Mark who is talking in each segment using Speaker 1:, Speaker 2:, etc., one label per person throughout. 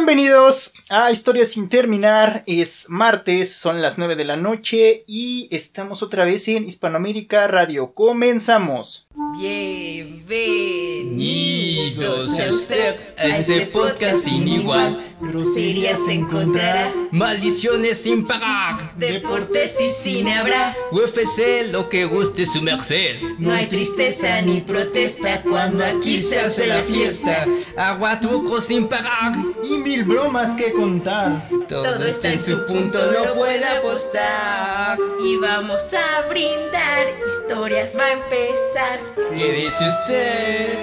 Speaker 1: Bienvenidos a Historias sin terminar. Es martes, son las 9 de la noche y estamos otra vez en Hispanoamérica Radio. Comenzamos.
Speaker 2: Bienvenidos sea usted a este podcast sin igual.
Speaker 3: Groserías encontrará,
Speaker 2: Maldiciones sin pagar.
Speaker 3: deportes y cine habrá.
Speaker 2: UFC lo que guste su merced.
Speaker 3: No hay tristeza ni protesta cuando aquí se hace la fiesta.
Speaker 2: Aguatuco sin pagar.
Speaker 1: Y mil bromas que contar.
Speaker 3: Todo está en su punto, no puede apostar. Y vamos a brindar, historias va a empezar.
Speaker 2: ¿Qué dice usted?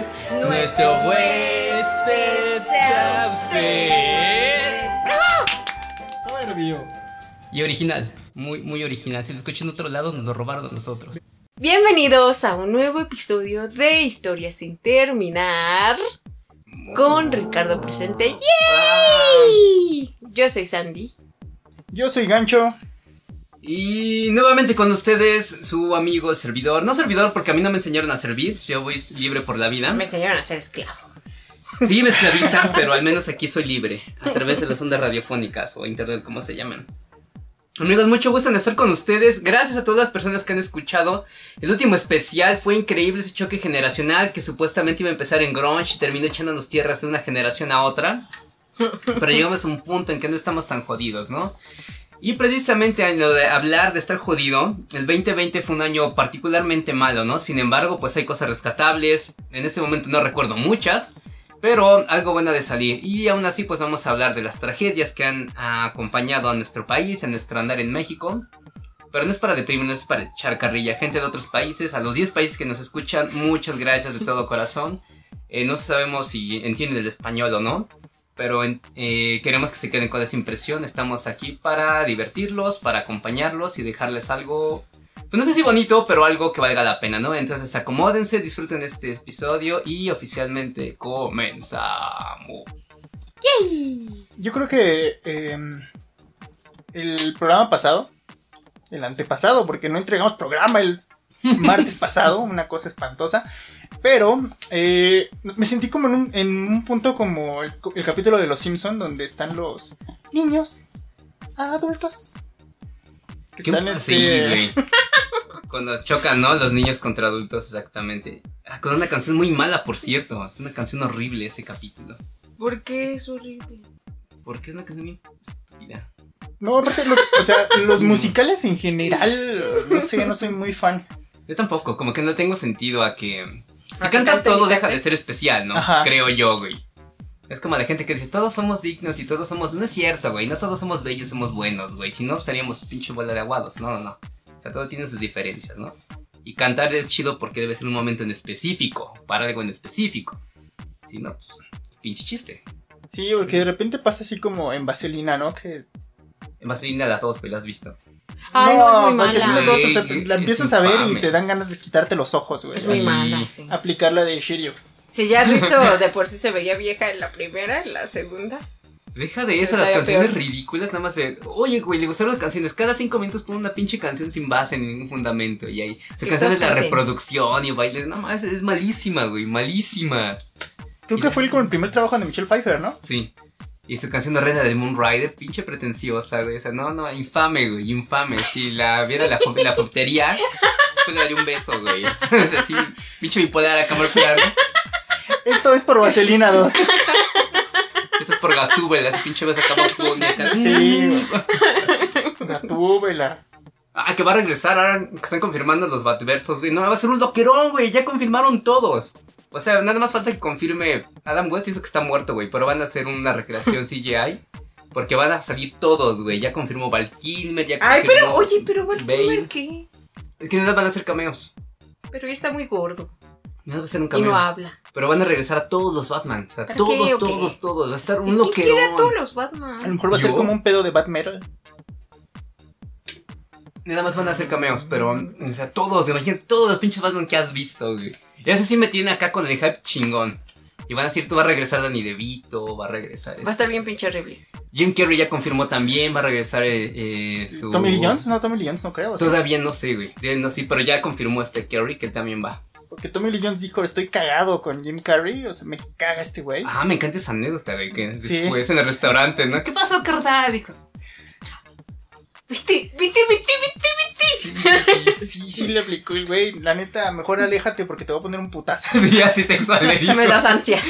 Speaker 3: Nuestro
Speaker 2: Nuestro huésped sea
Speaker 3: sea
Speaker 2: usted.
Speaker 1: Soberbio.
Speaker 2: Y original. Muy, muy original. Si lo escuchan en otro lado, nos lo robaron a nosotros.
Speaker 4: Bienvenidos a un nuevo episodio de Historias sin terminar con Ricardo presente. ¡Yay! Yo soy Sandy.
Speaker 1: Yo soy Gancho.
Speaker 5: Y nuevamente con ustedes, su amigo servidor. No servidor, porque a mí no me enseñaron a servir. Yo voy libre por la vida.
Speaker 4: Me enseñaron a ser esclavo.
Speaker 5: Sí, me esclavizan, pero al menos aquí soy libre. A través de las ondas radiofónicas o internet, como se llaman. Amigos, mucho gusto en estar con ustedes. Gracias a todas las personas que han escuchado. El último especial fue increíble ese choque generacional que supuestamente iba a empezar en grunge y terminó echándonos tierras de una generación a otra. Pero llegamos a un punto en que no estamos tan jodidos, ¿no? Y precisamente en lo de hablar de estar jodido, el 2020 fue un año particularmente malo, ¿no? Sin embargo, pues hay cosas rescatables. En este momento no recuerdo muchas, pero algo bueno de salir. Y aún así, pues vamos a hablar de las tragedias que han ah, acompañado a nuestro país, a nuestro andar en México. Pero no es para deprimirnos, es para echar carrilla. Gente de otros países, a los 10 países que nos escuchan, muchas gracias de todo corazón. Eh, no sabemos si entienden el español o no, pero en- eh, queremos que se queden con esa impresión. Estamos aquí para divertirlos, para acompañarlos y dejarles algo, pues no sé si bonito, pero algo que valga la pena, ¿no? Entonces acomódense, disfruten este episodio y oficialmente comenzamos.
Speaker 1: Yo creo que eh, el programa pasado, el antepasado, porque no entregamos programa el martes pasado, una cosa espantosa. Pero eh, me sentí como en un, en un punto como el, el capítulo de Los Simpson donde están los niños, adultos. Que están
Speaker 5: Sí,
Speaker 1: este,
Speaker 5: güey. Cuando chocan, ¿no? Los niños contra adultos, exactamente. Ah, Con una canción muy mala, por cierto. Es una canción horrible ese capítulo.
Speaker 4: ¿Por qué es horrible?
Speaker 5: Porque es una canción bien estúpida.
Speaker 1: No, aparte los, o sea, los musicales en general, no sé, no soy muy fan.
Speaker 5: Yo tampoco, como que no tengo sentido a que. Si
Speaker 4: que
Speaker 5: cantas
Speaker 4: cante,
Speaker 5: todo,
Speaker 4: cante.
Speaker 5: deja de ser especial, ¿no?
Speaker 1: Ajá.
Speaker 5: Creo yo, güey. Es como la gente que dice, todos somos dignos y todos somos. No es cierto, güey. No todos somos bellos, somos buenos, güey. Si no, seríamos pinche bola de aguados. No, no, no. O sea, todo tiene sus diferencias, ¿no? Y cantar es chido porque debe ser un momento en específico, para algo en específico. Si no, pues, pinche chiste.
Speaker 1: Sí, porque de repente pasa así como en Vaselina, ¿no? Que
Speaker 5: Más linda la dos, güey, la has visto.
Speaker 4: Ay, no, es muy
Speaker 1: Vaselina
Speaker 4: mala.
Speaker 5: pues,
Speaker 1: dos, o sea,
Speaker 5: Güey,
Speaker 1: la
Speaker 5: es
Speaker 1: empiezas a ver y
Speaker 5: infame.
Speaker 1: te dan ganas de quitarte los ojos, güey.
Speaker 4: Es muy
Speaker 5: Sí.
Speaker 4: mala, sí.
Speaker 1: Aplicar la de Shiryu.
Speaker 4: Si ya Rizzo de por sí se veía vieja en la primera, en la segunda.
Speaker 5: Deja de eso,
Speaker 4: Pero
Speaker 5: las
Speaker 4: todavía
Speaker 5: canciones
Speaker 4: peor.
Speaker 5: ridículas, nada más de, oye, güey, le gustaron las canciones. Cada cinco minutos pone una pinche canción sin base, ni ningún fundamento. Y ahí, su
Speaker 4: Y
Speaker 5: canción es la
Speaker 4: bastante.
Speaker 5: reproducción y bailes. Nada más, es malísima, güey, malísima.
Speaker 1: Creo que fue el, como el primer trabajo de Michelle Pfeiffer, ¿no?
Speaker 5: Sí. Y su canción horrenda de Moon Rider, pinche pretenciosa, güey. O sea, no, no, infame, güey, infame. Si la viera la, fo- la foptería, pues le daría un beso, güey. O sea, sí, pinche bipolar a cámara plana.
Speaker 1: Esto es por Vaselina 2.
Speaker 5: Esto es por Gatúbela, ese pinche beso acá bajo, y acá.
Speaker 1: Sí. Gatúbela.
Speaker 5: Ah, que va a regresar ahora que están confirmando los Batversos, güey. No, va a ser un loquerón, güey. Ya confirmaron todos. O sea, nada más falta que confirme Adam West y eso que está muerto, güey. Pero van a hacer una recreación CGI. Porque van a salir todos, güey. Ya confirmó Val Kilmer, ya confirmó...
Speaker 4: Ay, pero, oye, pero ¿por
Speaker 5: Bane.
Speaker 4: qué?
Speaker 5: Es que nada van a hacer cameos.
Speaker 4: Pero ya está muy gordo
Speaker 5: Nada va a ser un
Speaker 4: y
Speaker 5: cameo.
Speaker 4: no habla.
Speaker 5: pero van a regresar a todos los Batman. O sea,
Speaker 4: ¿Para
Speaker 5: todos,
Speaker 4: qué, o qué?
Speaker 5: todos, todos. Va a estar un
Speaker 4: ¿Y ¿Quién quiere a todos
Speaker 5: loquerón.
Speaker 4: los
Speaker 1: A lo
Speaker 4: Batman?
Speaker 1: mejor va a ser
Speaker 5: ¿Yo?
Speaker 1: como un pedo de Bad Metal.
Speaker 5: Nada más van a hacer cameos, pero... O sea, todos, imagínate todos los pinches Batman que has visto, güey. Y eso sí me tiene acá con el hype chingón. Y van a decir, tú vas a regresar Danny DeVito, va a regresar...
Speaker 4: Va a
Speaker 5: este-
Speaker 4: estar bien pinche horrible.
Speaker 5: Jim Carrey ya confirmó también, va a regresar eh, eh, su...
Speaker 1: ¿Tommy Lee Jones? No, Tommy Lee Jones no creo. o sea.
Speaker 5: Todavía no sé, güey. De- No sé, pero ya confirmó este Carrey que él también va.
Speaker 1: Porque Tommy Lee Jones dijo, estoy cagado con Jim Carrey, o sea, me caga este güey.
Speaker 5: Ah, me encanta esa anécdota, güey, que
Speaker 1: Sí.
Speaker 5: después en el restaurante, ¿no? ¿Qué pasó, carnal? Dijo,
Speaker 4: Vete, vete, vete, vete.
Speaker 1: Sí, sí, sí, sí le aplicó el güey. La neta, mejor aléjate porque te voy a poner un putazo.
Speaker 5: sí, así textual le dijo.
Speaker 4: Me das ansias.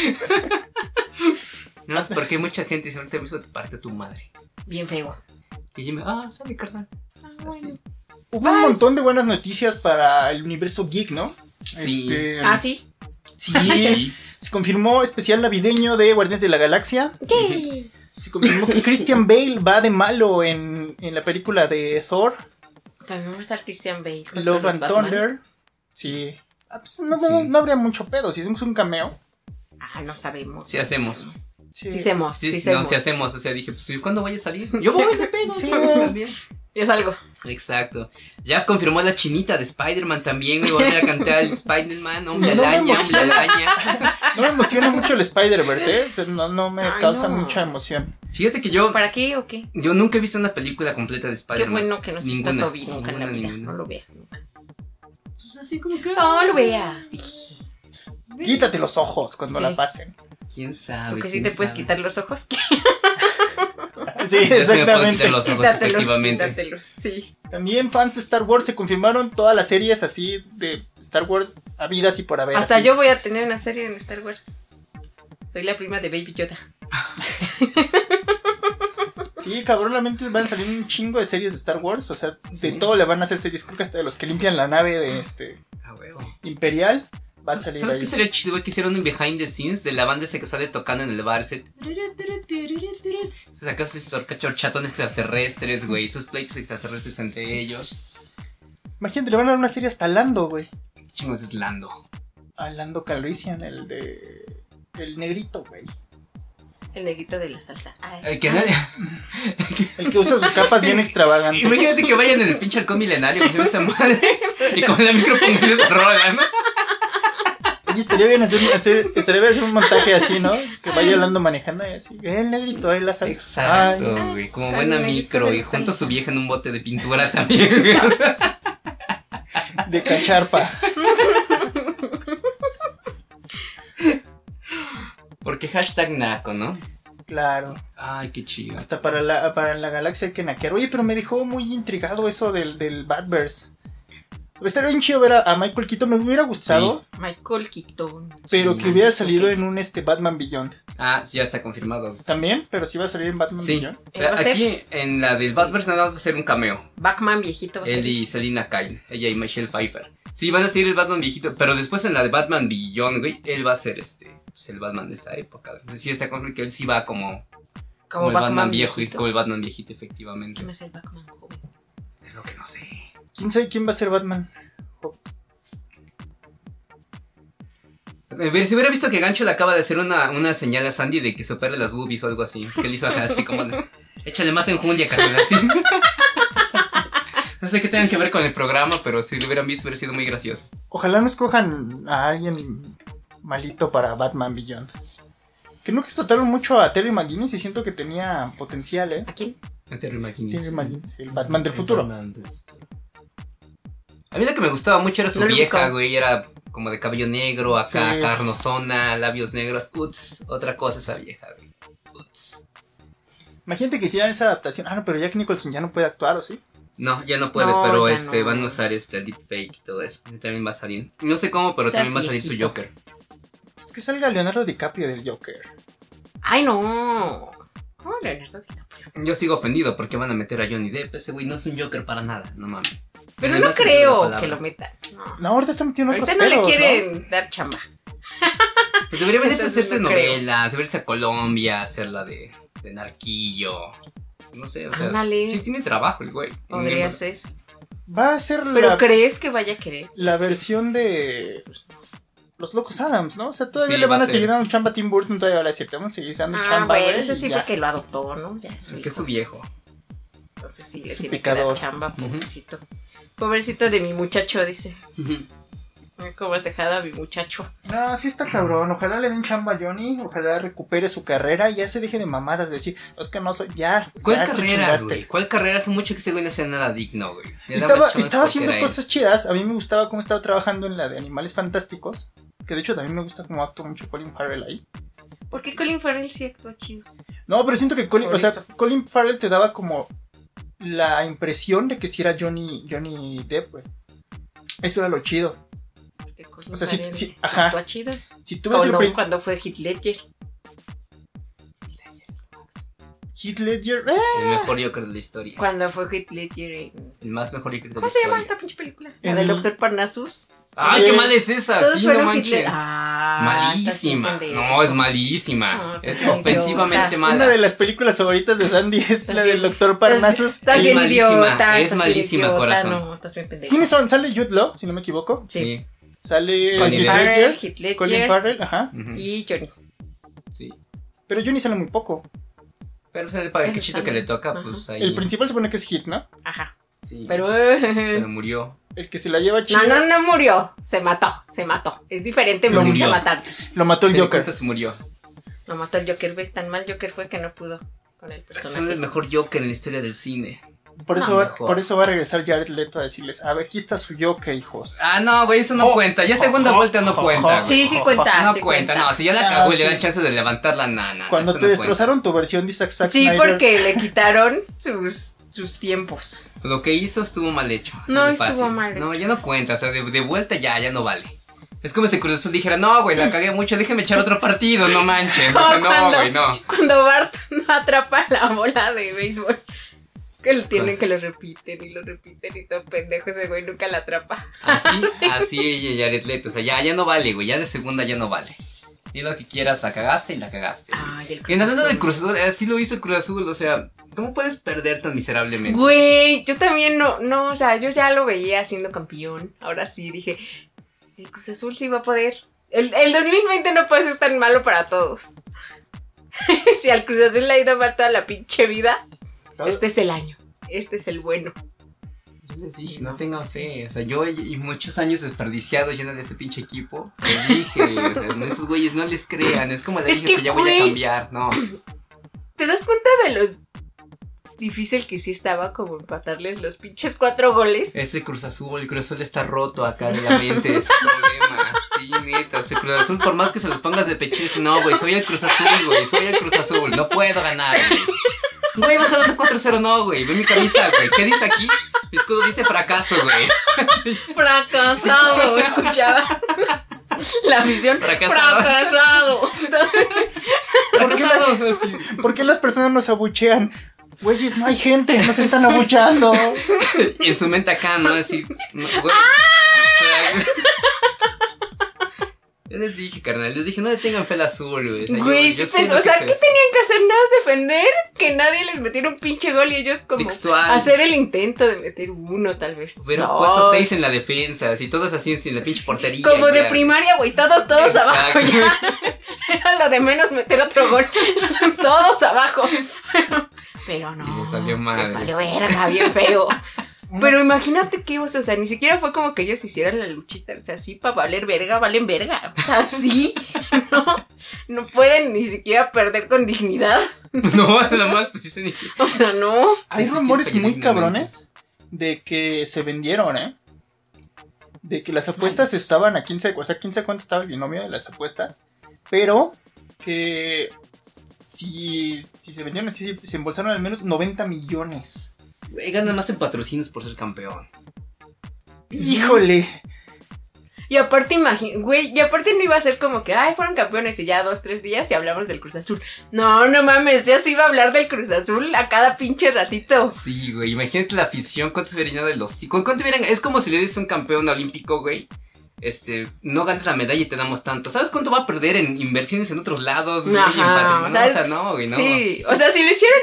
Speaker 5: No, es porque mucha gente dice, ahorita mismo te parte tu madre.
Speaker 4: Bien feo.
Speaker 5: Y yo me, ah, sale, carnal.
Speaker 1: Ah,
Speaker 5: Así.
Speaker 1: Hubo
Speaker 4: Bye.
Speaker 1: un montón de buenas noticias para el universo geek, ¿no?
Speaker 5: Sí.
Speaker 1: Este,
Speaker 4: Ah, sí.
Speaker 1: sí. Se confirmó especial navideño de Guardianes de la Galaxia.
Speaker 4: Yay.
Speaker 1: Se confirmó que Christian Bale va de malo en, en la película de Thor,
Speaker 4: También va a estar Christian Bale. junto
Speaker 1: Love
Speaker 4: a
Speaker 1: and
Speaker 4: los Batman.
Speaker 1: Thunder. Sí. Ah, pues no,
Speaker 5: Sí.
Speaker 1: no- no habría mucho pedo, si es un, es un cameo.
Speaker 4: Ah, no sabemos.
Speaker 5: Sí hacemos.
Speaker 1: Sí.
Speaker 4: Sí, hacemos.
Speaker 5: Sí,
Speaker 4: Sí,
Speaker 5: sí, no,
Speaker 4: hacemos.
Speaker 5: si hacemos, o sea, dije, pues, ¿cuándo voy a salir? Yo voy, de pedo,
Speaker 1: Sí.
Speaker 5: sí, también.
Speaker 4: Yo salgo.
Speaker 5: Exacto. Ya confirmó la chinita de Spider-Man también, güey, van a ir a cantar el Spider-Man, hombre
Speaker 1: No me
Speaker 5: alaña, hombre
Speaker 1: emociona.
Speaker 5: alaña.
Speaker 1: No me emociona mucho el Spider-Verse, ¿eh? O sea, no, no me
Speaker 4: Ay,
Speaker 1: causa
Speaker 4: no.
Speaker 1: mucha emoción.
Speaker 5: Fíjate que yo,
Speaker 4: ¿Para qué o qué?
Speaker 5: yo nunca he visto una película completa de
Speaker 4: Qué
Speaker 5: Spider-Man.
Speaker 4: bueno que no se está
Speaker 5: Ninguna,
Speaker 4: Toby nunca en
Speaker 5: ninguna,
Speaker 4: la vida.
Speaker 5: ninguna.
Speaker 4: No lo veas. nunca.
Speaker 5: Pues así como que...
Speaker 4: No lo veas. Dije.
Speaker 1: Quítate los ojos cuando
Speaker 4: Sí.
Speaker 1: la pasen.
Speaker 5: ¿Quién sabe?
Speaker 4: Tú que sí
Speaker 5: quién
Speaker 4: te puedes
Speaker 5: sabe?
Speaker 4: quitar los ojos.
Speaker 1: Sí,
Speaker 5: Ya se me pueden
Speaker 1: exactamente.
Speaker 5: quitar los ojos,
Speaker 4: Quítatelos,
Speaker 5: efectivamente.
Speaker 4: quítatelos, sí.
Speaker 1: También fans de Star Wars se confirmaron todas las series así de Star Wars habidas y por haber.
Speaker 4: Hasta
Speaker 1: así.
Speaker 4: yo voy a tener una serie en Star Wars. Soy la prima de Baby Yoda.
Speaker 1: Sí, cabrón, la mente van a salir un chingo de series de Star Wars. O sea,
Speaker 5: Sí.
Speaker 1: de todo le van a hacer series. Creo que hasta de los que limpian la nave de este
Speaker 5: Ah, huevo.
Speaker 1: Imperial va a salir
Speaker 5: ¿Sabes qué
Speaker 1: ahí.
Speaker 5: estaría chido, güey? Que hicieron un behind the scenes de la banda esa que sale tocando en el bar. Se saca sus horchatones extraterrestres, güey. Sus plates extraterrestres entre ellos.
Speaker 1: Imagínate, le van a dar una serie hasta Lando, güey.
Speaker 5: ¿Qué chingos es Lando?
Speaker 1: A Lando Calrissian, el de. El negrito, güey.
Speaker 4: El negrito de la salsa. Ay.
Speaker 5: Ay, Eh, que nadie-
Speaker 1: El que usa sus capas bien extravagantes.
Speaker 5: Imagínate que vayan en el pinche halcón milenario, güey, esa madre. Y con la micro pongan esa rola, ¿no?
Speaker 1: Oye, estaría bien hacer, hacer- estaría bien hacer un montaje así, ¿no? Que vaya hablando manejando y así. El negrito, ahí la salsa. Ay,
Speaker 5: Exacto, güey. Como buena micro. Y junto a su vieja en un bote de pintura también, güey.
Speaker 1: de cacharpa.
Speaker 5: Porque hashtag naco, ¿no?
Speaker 1: Claro.
Speaker 5: Ay, qué chido.
Speaker 1: Hasta para la, para la galaxia hay que naquear. Oye, pero me dejó muy intrigado eso del, del Badverse. Estaría bien chido ver a, a Michael Keaton. Me hubiera gustado,
Speaker 4: ah, Michael Keaton.
Speaker 1: pero
Speaker 5: Sí.
Speaker 1: que hubiera
Speaker 4: Ah, sí,
Speaker 1: salido
Speaker 4: ok.
Speaker 1: en un este Batman Beyond.
Speaker 5: Ah, sí, ya está confirmado.
Speaker 1: También, pero sí va a salir en Batman
Speaker 5: Sí.
Speaker 1: Beyond.
Speaker 4: Él va a
Speaker 5: Aquí en la del Batverse nada más va a ser un cameo.
Speaker 4: Batman viejito. va a
Speaker 5: Él
Speaker 4: ser.
Speaker 5: y Selina Kyle, ella y Michelle Pfeiffer. Sí, van a seguir el Batman viejito, pero después en la de Batman Beyond, güey, él va a ser este, pues, el Batman de esa época. Entonces sí está confirmado que él sí va como, como el Batman, viejo y como el Batman viejito, efectivamente.
Speaker 4: ¿Quién es el Batman joven?
Speaker 5: Es lo que no sé.
Speaker 1: ¿Quién sabe quién va a ser Batman?
Speaker 5: Eh, pero Si hubiera visto que Gancho le acaba de hacer una, una señal a Sandy de que supere las boobies o algo así, que le hizo acá así como, de, échale más enjundia, carnal, así. No sé qué tengan que ver con el programa, pero si lo hubieran visto hubiera sido muy gracioso.
Speaker 1: Ojalá no escojan a alguien malito para Batman Beyond. Que nunca explotaron mucho a Terry McGuinness y siento que tenía potencial, ¿eh?
Speaker 4: ¿A quién?
Speaker 5: Terry McGuinness.
Speaker 1: Terry McGuinness, el Batman del futuro.
Speaker 5: A mí la que me gustaba mucho era su
Speaker 4: Lo
Speaker 5: vieja,
Speaker 4: ubicaba.
Speaker 5: güey. Era como de cabello negro, acá
Speaker 1: Sí.
Speaker 5: carnosona, labios negros. Uts, otra cosa esa vieja, güey. Uts.
Speaker 1: Imagínate que hicieran esa adaptación. Ah, no, pero Jack Nicholson ya no puede actuar, ¿o sí?
Speaker 5: No, ya no puede,
Speaker 4: No,
Speaker 5: pero
Speaker 4: ya
Speaker 5: este
Speaker 4: no.
Speaker 5: van a usar este deepfake y todo eso. Y También va a salir. No sé cómo, pero
Speaker 4: Estás
Speaker 5: también va a salir su
Speaker 4: viejito.
Speaker 5: Joker.
Speaker 1: Es Pues que salga Leonardo DiCaprio del Joker.
Speaker 4: ¡Ay, no! ¿Cómo Leonardo DiCaprio?
Speaker 5: Yo sigo ofendido porque van a meter a Johnny Depp. Ese güey no es un Joker para nada, no mames.
Speaker 4: Pero
Speaker 5: Además,
Speaker 4: no
Speaker 5: se me olvidó la
Speaker 4: creo
Speaker 5: palabra.
Speaker 4: que lo metan. No.
Speaker 1: No, ahorita está metido en otros
Speaker 4: Ahorita no le
Speaker 1: pedos,
Speaker 4: quieren dar chamba.
Speaker 5: Pues debería venirse a
Speaker 4: Entonces,
Speaker 5: hacerse
Speaker 4: no creo.
Speaker 5: novelas, debería irse a Colombia, a hacer la de, de narquillo. No sé, o sea.
Speaker 4: Ándale.
Speaker 5: Sí, tiene trabajo el güey.
Speaker 4: Podría
Speaker 5: Tiene-
Speaker 4: ser.
Speaker 1: Va a ser
Speaker 4: ¿Pero
Speaker 1: la,
Speaker 4: crees que vaya a querer?
Speaker 1: la versión de Los Locos Adams, ¿no? O sea, todavía
Speaker 5: Sí,
Speaker 1: le
Speaker 5: va
Speaker 1: van
Speaker 5: a
Speaker 1: a
Speaker 5: ser.
Speaker 1: seguir dando chamba a Tim Burton, todavía le a decir, te vamos a seguir dando
Speaker 4: Ah,
Speaker 1: chamba,
Speaker 4: bueno,
Speaker 1: güey,
Speaker 4: ese
Speaker 1: y
Speaker 4: sí
Speaker 1: ya.
Speaker 4: porque lo adoptó, ¿no? Ya es su
Speaker 5: Que es
Speaker 4: hijo.
Speaker 5: su viejo.
Speaker 4: Entonces sí le
Speaker 1: Es un
Speaker 4: tiene que dar
Speaker 1: pecador.
Speaker 4: chamba,
Speaker 5: Ujú.
Speaker 4: pobrecito. Pobrecito de mi muchacho, dice. Como tejada a mi muchacho.
Speaker 1: No, sí está cabrón. Ojalá le den chamba a Johnny. Ojalá recupere su carrera y ya se deje de mamadas. de Decir, es que no soy. Ya.
Speaker 5: ¿Cuál
Speaker 1: ya te
Speaker 5: carrera,
Speaker 1: chingaste".
Speaker 5: güey? ¿Cuál carrera? Hace mucho que ese güey no hacía nada digno, güey. Le daba
Speaker 1: Estaba,
Speaker 5: chavos
Speaker 1: estaba
Speaker 5: porque
Speaker 1: haciendo
Speaker 5: era él.
Speaker 1: cosas chidas. A mí me gustaba cómo estaba trabajando en la de Animales Fantásticos. Que de hecho también me gusta cómo actúa mucho Colin Farrell ahí.
Speaker 4: ¿Por qué Colin Farrell sí actúa chido?
Speaker 1: No, pero siento que Colin,
Speaker 4: Por
Speaker 1: o sea,
Speaker 4: eso.
Speaker 1: Colin Farrell te daba como la impresión de que si era Johnny, Johnny Depp, güey. Eso era lo chido.
Speaker 4: Porque Colin
Speaker 1: O sea, sí-
Speaker 4: Farrell
Speaker 1: sí, ajá.
Speaker 4: Actúa chido.
Speaker 1: Si tú ves
Speaker 4: O
Speaker 1: el
Speaker 4: Oh, no,
Speaker 1: prim-
Speaker 4: cuando fue Heath Ledger.
Speaker 1: Heath Ledger, eh,
Speaker 5: El mejor Joker de la historia.
Speaker 4: Cuando fue Heath Ledger en-
Speaker 5: El más mejor Joker de la
Speaker 4: ¿Cómo se llama
Speaker 5: historia.
Speaker 4: esta pinche película? La
Speaker 1: El-
Speaker 4: del Doctor Parnassus.
Speaker 5: ¡Ay,
Speaker 1: Sí.
Speaker 5: qué mal es esa!
Speaker 4: Todos
Speaker 5: Sí, no
Speaker 4: fueron Heath
Speaker 5: manches.
Speaker 4: Ledger. Ah,
Speaker 5: Malísima.
Speaker 4: estás bien pendejo.
Speaker 5: No, es malísima.
Speaker 4: Ah,
Speaker 5: es
Speaker 4: pendejo.
Speaker 5: ofensivamente
Speaker 4: Una
Speaker 1: una
Speaker 5: mala.
Speaker 1: de las películas favoritas de Sandy es la del Doctor Parnassus.
Speaker 4: Estás
Speaker 5: Es
Speaker 4: bien
Speaker 5: malísima,
Speaker 4: idiota.
Speaker 5: es
Speaker 4: estás bien
Speaker 5: malísima,
Speaker 4: idiota,
Speaker 5: corazón.
Speaker 4: No, estás bien pendejo.
Speaker 1: ¿Quiénes son? Sale Jude Law, si no me equivoco.
Speaker 4: Sí.
Speaker 5: Sí.
Speaker 1: Sale Heath
Speaker 5: Colin Farrell,
Speaker 4: Colin
Speaker 1: Ledger,
Speaker 4: Farrell, Heath
Speaker 1: Colin
Speaker 4: Ledger
Speaker 1: Farrell, ajá.
Speaker 5: ujú,
Speaker 4: y Johnny.
Speaker 5: sí.
Speaker 1: Pero Johnny sale muy poco.
Speaker 5: Pero o sea, para el
Speaker 4: Eso
Speaker 5: cachito que
Speaker 4: sale.
Speaker 5: le toca,
Speaker 4: Ajá.
Speaker 5: pues ahí.
Speaker 1: El principal supone que es Hit, ¿no?
Speaker 4: Ajá.
Speaker 5: sí,
Speaker 4: Pero...
Speaker 5: pero murió.
Speaker 1: El que se la lleva chido.
Speaker 4: No, no, no murió. Se mató, se mató. Es diferente
Speaker 1: Lo
Speaker 4: morirse a
Speaker 5: murió.
Speaker 4: matar.
Speaker 1: Lo mató el
Speaker 5: Pero
Speaker 1: Joker.
Speaker 5: ¿cuánto se murió.
Speaker 4: Lo mató el Joker, ve, Tan mal Joker fue que no pudo con el
Speaker 5: Son el
Speaker 4: personaje.
Speaker 5: mejor Joker en la historia del cine.
Speaker 1: Por eso,
Speaker 5: Ah,
Speaker 1: va,
Speaker 5: mejor.
Speaker 1: por eso va a regresar Jared Leto a decirles, a ver, aquí está su Joker, hijos.
Speaker 5: Ah, no, güey, eso no
Speaker 1: Oh,
Speaker 5: cuenta. Ya segunda
Speaker 1: oh,
Speaker 5: vuelta
Speaker 1: oh,
Speaker 5: no
Speaker 1: oh,
Speaker 5: cuenta.
Speaker 1: oh.
Speaker 5: güey.
Speaker 4: Sí, sí cuenta.
Speaker 5: No
Speaker 4: sí
Speaker 5: cuenta, no. Si ya la
Speaker 1: Ah,
Speaker 5: cagó y le
Speaker 1: sí.
Speaker 5: dan chance de levantar la nana.
Speaker 1: Cuando te destrozaron tu versión de Zack, Zack
Speaker 4: Sí,
Speaker 1: Snyder,
Speaker 4: porque le quitaron sus, sus tiempos.
Speaker 5: Lo que hizo estuvo mal hecho. así
Speaker 4: No,
Speaker 5: de
Speaker 4: estuvo mal
Speaker 5: No,
Speaker 4: hecho.
Speaker 5: ya no cuenta. O sea, de, de vuelta ya, ya no vale. Es como si Cruz Azul dijera, no, güey, la cagué mucho, déjeme echar otro partido, no manchen. O sea, no,
Speaker 4: Cuando-
Speaker 5: güey, no.
Speaker 4: Cuando Bart no atrapa la bola de béisbol. Que lo tienen que lo repiten y lo repiten y todo pendejo ese güey nunca la atrapa.
Speaker 5: Así, así, Jared Leto. O sea, ya, ya no vale, güey. Ya de segunda ya no vale. Y lo que quieras, la cagaste y la cagaste.
Speaker 4: Ay,
Speaker 5: Y en hablando del Cruz Azul, así lo hizo el Cruz Azul. O sea, ¿cómo puedes perder tan miserablemente?
Speaker 4: Güey, yo también no, no, o sea, yo ya lo veía siendo campeón. Ahora sí dije, el Cruz Azul sí va a poder. El, el 2020 no puede ser tan malo para todos. si al Cruz Azul le ha ido mal toda la pinche vida,
Speaker 1: todo-
Speaker 4: este es el año. Este es el bueno.
Speaker 5: Yo les dije, no tengan fe. O sea, yo y y muchos años desperdiciados lleno de ese pinche equipo. Les dije, o sea, no, esos güeyes no les crean. Es como les
Speaker 4: Es
Speaker 5: dije
Speaker 4: que,
Speaker 5: que ya voy a
Speaker 4: güey.
Speaker 5: cambiar. No,
Speaker 4: ¿Te das cuenta de lo difícil que sí estaba como empatarles los pinches cuatro goles?
Speaker 5: ese Cruz Azul, el Cruz Azul está roto acá de la mente. de ese problema. Sí, neta. Este Cruz Azul, por más que se los pongas de pechis, no, güey, soy el Cruz Azul, güey. Soy el Cruz Azul. No puedo ganar, güey. Güey, vas a dar 4-0, no, güey. Ve mi camisa, güey. ¿Qué dice aquí? Mi escudo dice fracaso, güey.
Speaker 4: Fracasado, escuchaba. La visión
Speaker 5: Fracasado.
Speaker 4: Fracasado.
Speaker 1: ¿Por qué la-
Speaker 5: Fracasado. así.
Speaker 1: ¿Por qué las personas nos abuchean? Güeyes, no hay gente, nos están abucheando.
Speaker 5: Y en su mente acá, ¿no? Así, no, güey.
Speaker 4: ¡Ah!
Speaker 5: O sea, yo les dije, carnal, les dije, no le tengan fe al azul, güey. O sea, yo-
Speaker 4: Güey,
Speaker 5: Pues yo
Speaker 4: sí
Speaker 5: sé
Speaker 4: pensó-
Speaker 5: lo
Speaker 4: o sea,
Speaker 5: que
Speaker 4: ¿qué
Speaker 5: es
Speaker 4: tenían que hacer? Nada más defender que nadie les metiera un pinche gol y ellos como
Speaker 5: Textual.
Speaker 4: hacer el intento de meter uno tal vez.
Speaker 5: Hubieran
Speaker 1: No,
Speaker 5: puesto seis
Speaker 1: es-
Speaker 5: en la defensa, así, todos así, sin la pinche portería.
Speaker 4: Como de
Speaker 5: ya.
Speaker 4: primaria, güey, todos, todos
Speaker 5: Exacto.
Speaker 4: abajo ya. Era lo de menos meter otro gol. todos abajo. Pero no.
Speaker 5: Y les salió madre.
Speaker 4: les valió verga, bien feo.
Speaker 1: Una-
Speaker 4: Pero imagínate que, o sea, o sea, ni siquiera fue como que ellos hicieran la luchita. O sea, sí, para valer verga, valen verga. O sea, sí. No, no pueden ni siquiera perder con dignidad.
Speaker 5: No, es lo más triste. ni-
Speaker 4: O sea, no.
Speaker 1: Hay
Speaker 5: Ese
Speaker 1: rumores
Speaker 5: tiempo ya
Speaker 1: muy
Speaker 5: era ignorante.
Speaker 1: cabrones de que se vendieron, ¿eh? De que las apuestas estaban a 15, o sea, 15 cuánto estaba el binomio de las apuestas, pero que si, si se vendieron así, se embolsaron al menos 90 millones.
Speaker 5: Güey, ganan más en patrocinios por ser campeón.
Speaker 1: ¡Híjole!
Speaker 4: Y aparte, imagín- güey, y aparte no iba a ser como que, ay, fueron campeones y ya dos, tres días y hablamos del Cruz Azul. No, no mames, yo sí iba a hablar del Cruz Azul a cada pinche ratito.
Speaker 5: Sí, güey, imagínate la afición, cuántos hubieran ido de los... ¿Cuánto hubieran... Es como si le dices a un campeón olímpico, güey. Este, no ganas la medalla y te damos tanto. ¿Sabes cuánto va a perder en inversiones en otros lados, güey? en
Speaker 4: Ajá,
Speaker 5: patrimonio?
Speaker 4: o sea,
Speaker 5: o sea, no, güey, no.
Speaker 4: Sí, o sea, si lo hicieron,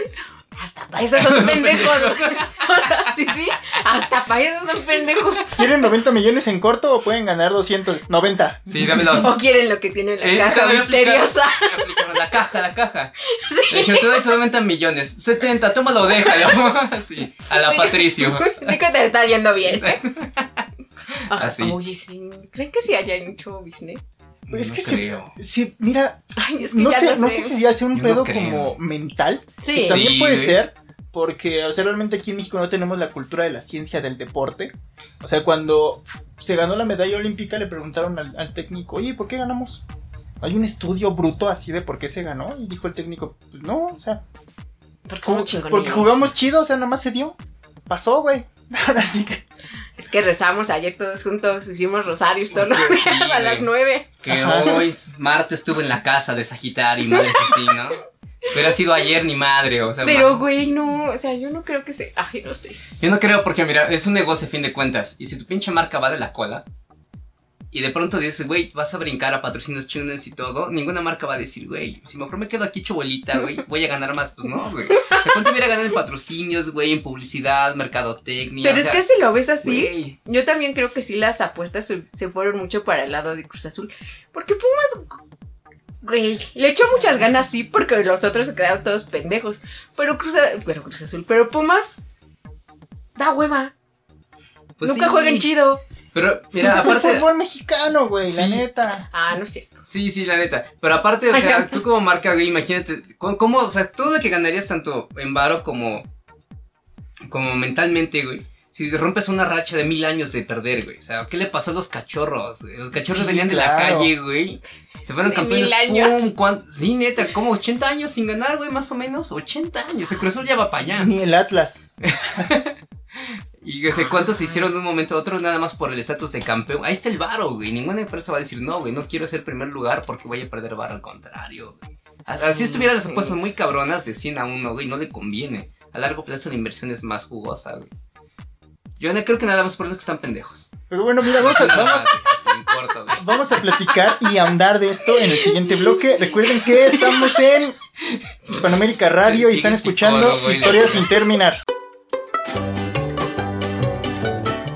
Speaker 4: hasta para eso son pendejos. O sea, sí, sí, hasta para eso son pendejos.
Speaker 1: ¿Quieren 90 millones en corto o pueden ganar 200? 90.
Speaker 5: Sí, dámelos.
Speaker 4: O quieren lo que tiene en la
Speaker 5: Eh, te
Speaker 4: caja
Speaker 5: voy a aplicar-
Speaker 4: misteriosa.
Speaker 5: te aplicaron La caja, la caja. Le dijeron, te doy todo 90 millones. 70, tómalo, déjalo. Sí, a la Patricio.
Speaker 4: Digo, te está yendo bien. ¿eh? Ajá,
Speaker 5: Así.
Speaker 4: Oye, sí. ¿Creen que sí haya hecho business?
Speaker 1: Es
Speaker 5: No
Speaker 1: que sí.
Speaker 5: creo.
Speaker 1: Sí, mira,
Speaker 4: Ay, es que
Speaker 1: no
Speaker 4: ya
Speaker 1: sé,
Speaker 4: lo
Speaker 1: no sé si ya sea un
Speaker 5: Yo no
Speaker 1: pedo
Speaker 5: creo.
Speaker 1: como mental. que
Speaker 4: Sí.
Speaker 1: También
Speaker 5: Sí,
Speaker 1: puede
Speaker 5: güey.
Speaker 1: ser, porque, o sea, realmente aquí en México no tenemos la cultura de la ciencia del deporte. O sea, cuando se ganó la medalla olímpica, le preguntaron al, al técnico, oye, ¿por qué ganamos? Hay un estudio bruto así de por qué se ganó. Y dijo el técnico, pues no, o sea,
Speaker 4: Porque somos
Speaker 1: ju-
Speaker 4: chingones.
Speaker 1: porque jugamos chido, o sea, nomás se dio. Pasó, güey. Ahora sí que.
Speaker 4: Es que rezamos ayer todos juntos, hicimos rosarios todos
Speaker 5: Oye, sí,
Speaker 4: a las
Speaker 5: güey.
Speaker 4: nueve.
Speaker 5: Que
Speaker 1: Ajá.
Speaker 5: hoy es- Marte estuvo en la casa de Sagitario y madres así, ¿no? Pero ha sido ayer ni madre, o sea.
Speaker 4: Pero,
Speaker 5: ma-
Speaker 4: güey, no, o sea, yo no creo que se... Ay, no sé.
Speaker 5: Yo no creo porque, mira, es un negocio a fin de cuentas. Y si tu pinche marca va de la cola y de pronto dices, güey, vas a brincar a patrocinios chinos y todo, ninguna marca va a decir, güey, si mejor me quedo aquí hecho bolita, güey, voy a ganar más. Pues no, güey. O sea, ¿cuánto hubiera ganado en patrocinios, güey, en publicidad, mercadotecnia?
Speaker 4: Pero
Speaker 5: o
Speaker 4: es
Speaker 5: sea,
Speaker 4: que si lo ves así,
Speaker 5: güey,
Speaker 4: yo también creo que sí las apuestas se, se fueron mucho para el lado de Cruz Azul. Porque Pumas, güey, le echó muchas ganas, sí, porque los otros se quedaron todos pendejos. Pero Cruz, A- pero Cruz Azul, pero Pumas, da hueva.
Speaker 5: pues
Speaker 4: Nunca
Speaker 5: sí.
Speaker 4: jueguen chido.
Speaker 5: Pero,
Speaker 1: Mira,
Speaker 5: mira,
Speaker 1: es el
Speaker 5: aparte.
Speaker 1: fútbol mexicano, güey, la
Speaker 5: Sí.
Speaker 1: neta.
Speaker 4: Ah, no es cierto.
Speaker 5: Sí, sí, la neta. Pero aparte, o
Speaker 4: Ay,
Speaker 5: sea,
Speaker 4: no.
Speaker 5: tú como marca, güey, imagínate, ¿cómo, cómo, o sea, todo lo que ganarías tanto en varo como, como mentalmente, güey? Si rompes una racha de mil años de perder, güey. O sea, ¿qué le pasó a los cachorros? güey? Los cachorros
Speaker 1: Sí,
Speaker 5: venían de la
Speaker 1: claro.
Speaker 5: calle, güey. Se fueron
Speaker 4: De
Speaker 5: campeones.
Speaker 4: mil años.
Speaker 5: ¡pum! ¿Cuán- Sí, neta, como 80 años sin ganar, güey, más o menos. 80 años. El Cruz Azul ya va para allá.
Speaker 1: Ni el Atlas.
Speaker 5: Y que sé cuántos
Speaker 1: Ah.
Speaker 5: se hicieron de un momento a otro nada más por el estatus de campeón. Ahí está el varo, güey. Ninguna empresa va a decir, no, güey, no quiero ser primer lugar porque voy a perder varo. Al contrario, güey. As- Así
Speaker 4: Sí,
Speaker 5: estuvieran las
Speaker 4: sí.
Speaker 5: apuestas muy cabronas de 100 a 1, güey. No le conviene. A largo plazo la inversión es más jugosa, güey. Yo no creo que nada más por los que están pendejos.
Speaker 1: Pero bueno, mira, vamos a,
Speaker 5: Nada
Speaker 1: vamos,
Speaker 5: más, güey, así, en corto, güey.
Speaker 1: Vamos a platicar y ahondar de esto en el siguiente bloque. Recuerden que estamos en Hispanoamérica Radio y están escuchando Historias sin terminar.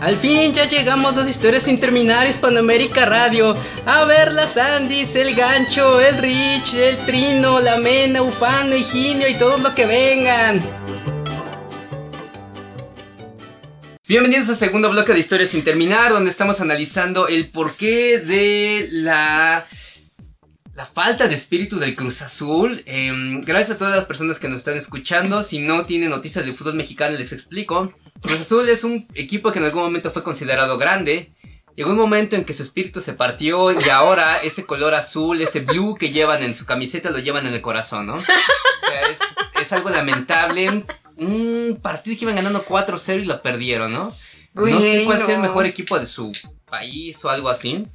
Speaker 2: Al fin ya llegamos las historias sin terminar Hispanoamérica Radio. A ver las Andis, el gancho, el Rich, el Trino, la Mena, Ufano, Higinio y todos los que vengan.
Speaker 5: Bienvenidos al segundo bloque de Historias sin terminar, donde estamos analizando el porqué de la, la falta de espíritu del Cruz Azul. Em, gracias a todas las personas que nos están escuchando. Si no tienen noticias del fútbol mexicano, les explico. Cruz Azul es un equipo que en algún momento fue considerado grande. Llegó un momento en que su espíritu se partió y ahora ese color azul, ese blue que llevan en su camiseta lo llevan en el corazón, ¿no? O sea, es, es algo lamentable. Un partido que iban ganando 4-0 y lo perdieron, ¿no? no sé
Speaker 4: Güey,
Speaker 5: cuál sea el
Speaker 4: no.
Speaker 5: mejor equipo de su país o algo así.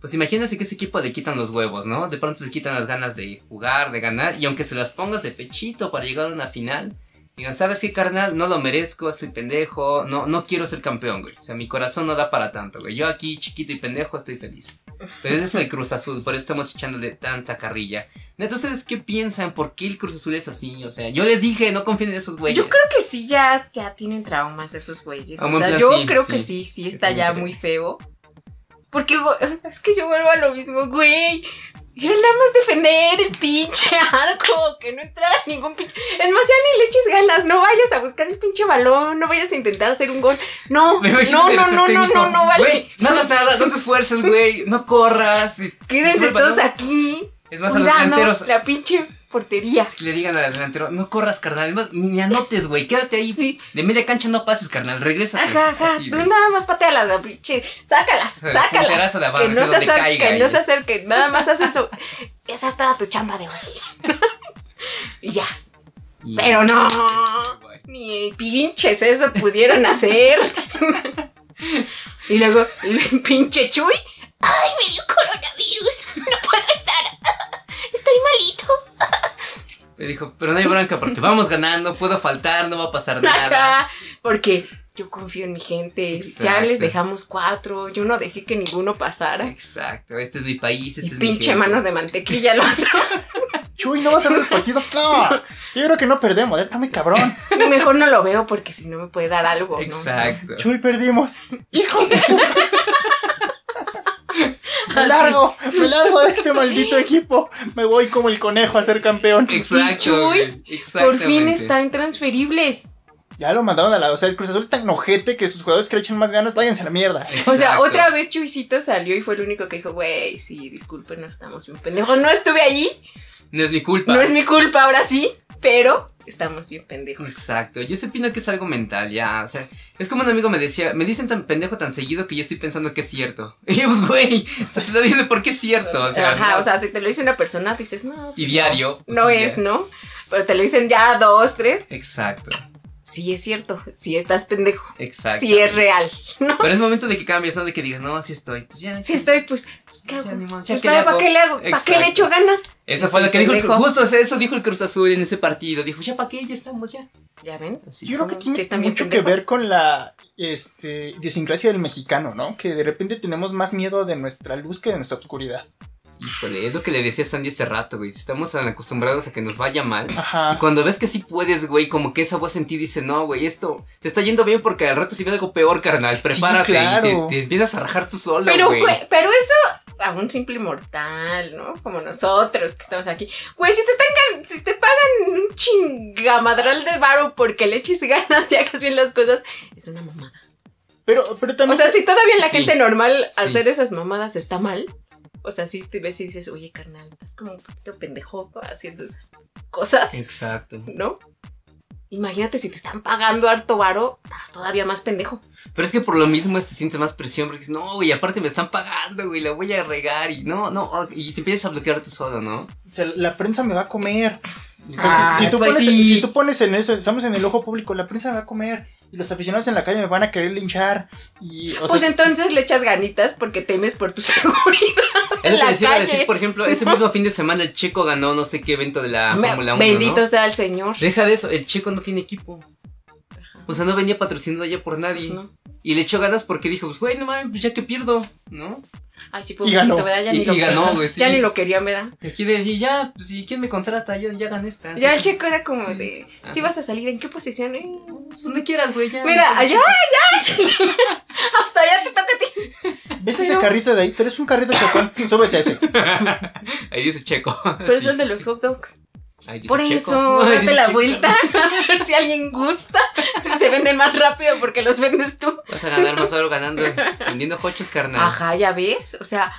Speaker 5: Pues imagínense que ese equipo le quitan los huevos, ¿no? De pronto le quitan las ganas de jugar, de ganar. Y aunque se las pongas de pechito para llegar a una final, digan, ¿sabes qué, carnal? No lo merezco, estoy pendejo. No, no quiero ser campeón, güey. O sea, mi corazón no da para tanto, güey. Yo aquí, chiquito y pendejo, estoy feliz. Pero ese es el Cruz Azul, por eso estamos echándole tanta carrilla. Neta, ¿ustedes qué piensan? ¿Por qué el Cruz Azul es así? O sea, yo les dije, no confíen en esos güeyes.
Speaker 4: Yo creo que sí, ya, ya tienen traumas esos güeyes.
Speaker 5: A
Speaker 4: O
Speaker 5: buen
Speaker 4: sea,
Speaker 5: plan,
Speaker 4: yo
Speaker 5: sí,
Speaker 4: creo
Speaker 5: sí.
Speaker 4: que sí, sí
Speaker 5: Yo
Speaker 4: está
Speaker 5: también
Speaker 4: ya
Speaker 5: creo.
Speaker 4: muy feo. Porque güey, es que yo vuelvo a lo mismo, güey. Era nada más defender el pinche arco, que no entrara ningún pinche. Es más, ya ni le eches ganas, no vayas a buscar el pinche balón, no vayas a intentar hacer un gol. No,
Speaker 5: Me
Speaker 4: no,
Speaker 5: imagino
Speaker 4: no,
Speaker 5: director
Speaker 4: no, no,
Speaker 5: técnico,
Speaker 4: no, no, vale.
Speaker 5: Güey, no hagas nada, no te esfuerces, güey. No corras. y-
Speaker 4: Quédense
Speaker 5: disculpa,
Speaker 4: todos
Speaker 5: ¿no?
Speaker 4: aquí,
Speaker 5: Es más, a los
Speaker 4: cuidando
Speaker 5: delanteros.
Speaker 4: la pinche portería.
Speaker 5: Que le digan al delantero, no corras, carnal. Es más, ni anotes, güey. Quédate ahí.
Speaker 4: Sí.
Speaker 5: De media cancha no pases, carnal. Regresa.
Speaker 4: Ajá, ajá, tú nada más patealas, la pinche, sácalas, sácalas.
Speaker 5: de abajo,
Speaker 4: que no se
Speaker 5: donde
Speaker 4: acerque,
Speaker 5: caiga.
Speaker 4: que
Speaker 5: y-
Speaker 4: no se acerque, nada más haz eso. Esa es toda tu chamba de hoy. y ya,
Speaker 5: y-
Speaker 4: pero no.
Speaker 5: Güey.
Speaker 4: ni pinches eso pudieron hacer. y luego el pinche Chuy. Ay, me dio coronavirus, no puedo estar. Estoy malito.
Speaker 5: Me dijo, pero no hay bronca porque vamos ganando, puedo faltar, no va a pasar nada.
Speaker 4: Ajá, porque yo confío en mi gente. Ya
Speaker 5: Exacto.
Speaker 4: les dejamos cuatro, yo no dejé que ninguno pasara.
Speaker 5: Exacto, este es mi país, este
Speaker 4: Y
Speaker 5: es mi
Speaker 4: pinche
Speaker 5: gente.
Speaker 4: manos de mantequilla lo otro.
Speaker 1: Chuy, ¿no vas a ver el partido? No, yo creo que no perdemos, está muy cabrón.
Speaker 4: Mejor no lo veo porque si no me puede dar algo. ¿no?
Speaker 5: Exacto.
Speaker 1: Chuy, perdimos. ¡Hijos de su... Me largo, me largo de este maldito equipo. Me voy como el conejo a ser campeón.
Speaker 5: Exacto. güey,
Speaker 4: Chuy, Por fin
Speaker 5: exactamente.
Speaker 4: están transferibles.
Speaker 1: Ya lo mandaron a la. O sea, el Cruz Azul es tan nojete que sus jugadores que le echan más ganas, váyanse a la mierda.
Speaker 4: O sea,
Speaker 5: Exacto.
Speaker 4: otra vez Chuisito salió y fue el único que dijo, güey, sí, disculpen, no estamos bien pendejos. No estuve ahí,
Speaker 5: No es mi culpa.
Speaker 4: no es mi culpa, ahora sí, pero estamos bien pendejos.
Speaker 5: Exacto, yo se opino que es algo mental, ya, o sea, es como un amigo me decía, me dicen tan pendejo tan seguido que yo estoy pensando que es cierto. Y yo, pues, güey, o sea, te lo dicen porque es cierto, o sea.
Speaker 4: Ajá, o sea, si te lo dice una persona, dices, no. pues,
Speaker 5: y diario. pues,
Speaker 4: No
Speaker 5: sí,
Speaker 4: es,
Speaker 5: ya.
Speaker 4: ¿no? Pero te lo dicen ya dos, tres.
Speaker 5: Exacto,
Speaker 4: Sí es cierto, sí estás pendejo.
Speaker 5: exacto.
Speaker 4: Sí es real.
Speaker 5: Pero es momento de que cambies, ¿no? De que digas, no, así estoy. Pues ya,
Speaker 4: Sí estoy, pues, pues, ¿qué
Speaker 5: ya,
Speaker 4: hago?
Speaker 5: ni modo, ya,
Speaker 4: Pues,
Speaker 5: ¿qué le
Speaker 4: ¿Para
Speaker 5: hago?
Speaker 4: qué le hago? ¿Para qué le
Speaker 5: Exacto.
Speaker 4: echo ganas?
Speaker 5: Eso fue lo que dijo el
Speaker 4: Pendejo.
Speaker 5: Justo o sea, eso dijo el Cruz Azul en ese partido. Dijo, ya para qué, ya estamos ya.
Speaker 4: Ya ven.
Speaker 5: Así.
Speaker 1: Yo creo que
Speaker 4: Sí,
Speaker 1: tiene
Speaker 4: están bien
Speaker 1: mucho que
Speaker 4: pendejos.
Speaker 1: ver con la este, idiosincrasia del mexicano, ¿no? Que de repente tenemos más miedo de nuestra luz que de nuestra oscuridad.
Speaker 5: Híjole, es lo que le decía a Sandy hace rato, güey. Estamos tan acostumbrados a que nos vaya mal. Y
Speaker 1: Ajá.
Speaker 5: cuando ves que sí puedes, güey, como que esa voz en ti dice, no, güey, esto te está yendo bien porque al rato si ve algo peor, carnal, prepárate.
Speaker 1: claro.
Speaker 5: y te, te empiezas a rajar tú solo,
Speaker 4: Pero,
Speaker 5: güey.
Speaker 4: güey, pero eso a un simple mortal, ¿no? Como nosotros que estamos aquí. Güey, si te están gan- si te pagan un chingamadral de varo porque le eches ganas y hagas bien las cosas, es una mamada.
Speaker 1: Pero, pero
Speaker 4: O
Speaker 1: también.
Speaker 4: sea, si todavía la
Speaker 5: Sí.
Speaker 4: gente normal
Speaker 5: Sí.
Speaker 4: hacer esas mamadas está mal. O sea, si te ves y dices, oye, carnal, estás como un poquito pendejo haciendo esas cosas,
Speaker 5: Exacto.
Speaker 4: ¿no? Imagínate si te están pagando harto varo, estás todavía más pendejo.
Speaker 5: Pero es que por lo mismo te sientes más presión porque dices, no, güey, aparte me están pagando, güey, la voy a regar y no, no, oh, y te empiezas a bloquear tú solo, ¿no?
Speaker 1: o sea, la prensa me va a comer. O sea,
Speaker 4: Ah,
Speaker 1: si, si tú
Speaker 5: pues
Speaker 1: pones,
Speaker 5: sí.
Speaker 1: si tú pones en eso, estamos en el ojo público, la prensa me va a comer. Y los aficionados en la calle me van a querer linchar. Y, o
Speaker 4: pues
Speaker 1: sea,
Speaker 4: entonces le echas ganitas porque temes por tu seguridad.
Speaker 5: Es
Speaker 4: En
Speaker 5: lo que
Speaker 4: la
Speaker 5: les iba a decir,
Speaker 4: calle.
Speaker 5: por ejemplo, ese mismo fin de semana el Checo ganó no sé qué evento de la
Speaker 4: Me-
Speaker 5: Fórmula 1.
Speaker 4: Bendito sea el Señor.
Speaker 5: Deja de eso, el Checo no tiene equipo. O sea, no venía patrocinado ya por nadie.
Speaker 4: ¿no?
Speaker 5: Y le echó ganas porque dijo, pues, güey, no mames, pues ya que pierdo, ¿no?
Speaker 4: Ay, sí,
Speaker 1: Y ganó.
Speaker 4: pobrecito, ¿verdad? Ya
Speaker 5: Y-
Speaker 4: ni lo
Speaker 5: y ganó, güey, sí.
Speaker 4: Ya ni lo quería, ¿verdad?
Speaker 5: Y aquí de, y ya, pues, ¿y quién me contrata? Ya, ya gané esta.
Speaker 4: Ya el
Speaker 5: Así que,
Speaker 4: checo era como
Speaker 5: Ah, Sí.
Speaker 4: de,
Speaker 5: Ajá.
Speaker 4: si vas a salir, ¿en qué posición? Eh,
Speaker 5: pues, donde quieras, güey, ya.
Speaker 4: Mira, allá, allá. Hasta allá te toca a ti.
Speaker 1: ¿ves ese carrito de ahí? Pero es un carrito chocón. Súbete a ese.
Speaker 5: Ahí dice Checo.
Speaker 4: Pero es
Speaker 5: Sí.
Speaker 4: el de los hot dogs.
Speaker 5: Ahí dice
Speaker 4: Por
Speaker 5: Checo.
Speaker 4: eso,
Speaker 5: Ahí
Speaker 4: date
Speaker 5: dice
Speaker 4: la
Speaker 5: Checo.
Speaker 4: vuelta. A ver si alguien gusta. Si se venden más rápido porque los vendes tú.
Speaker 5: Vas a ganar más oro ganando, vendiendo hochos, carnal.
Speaker 4: Ajá, ya ves. O sea,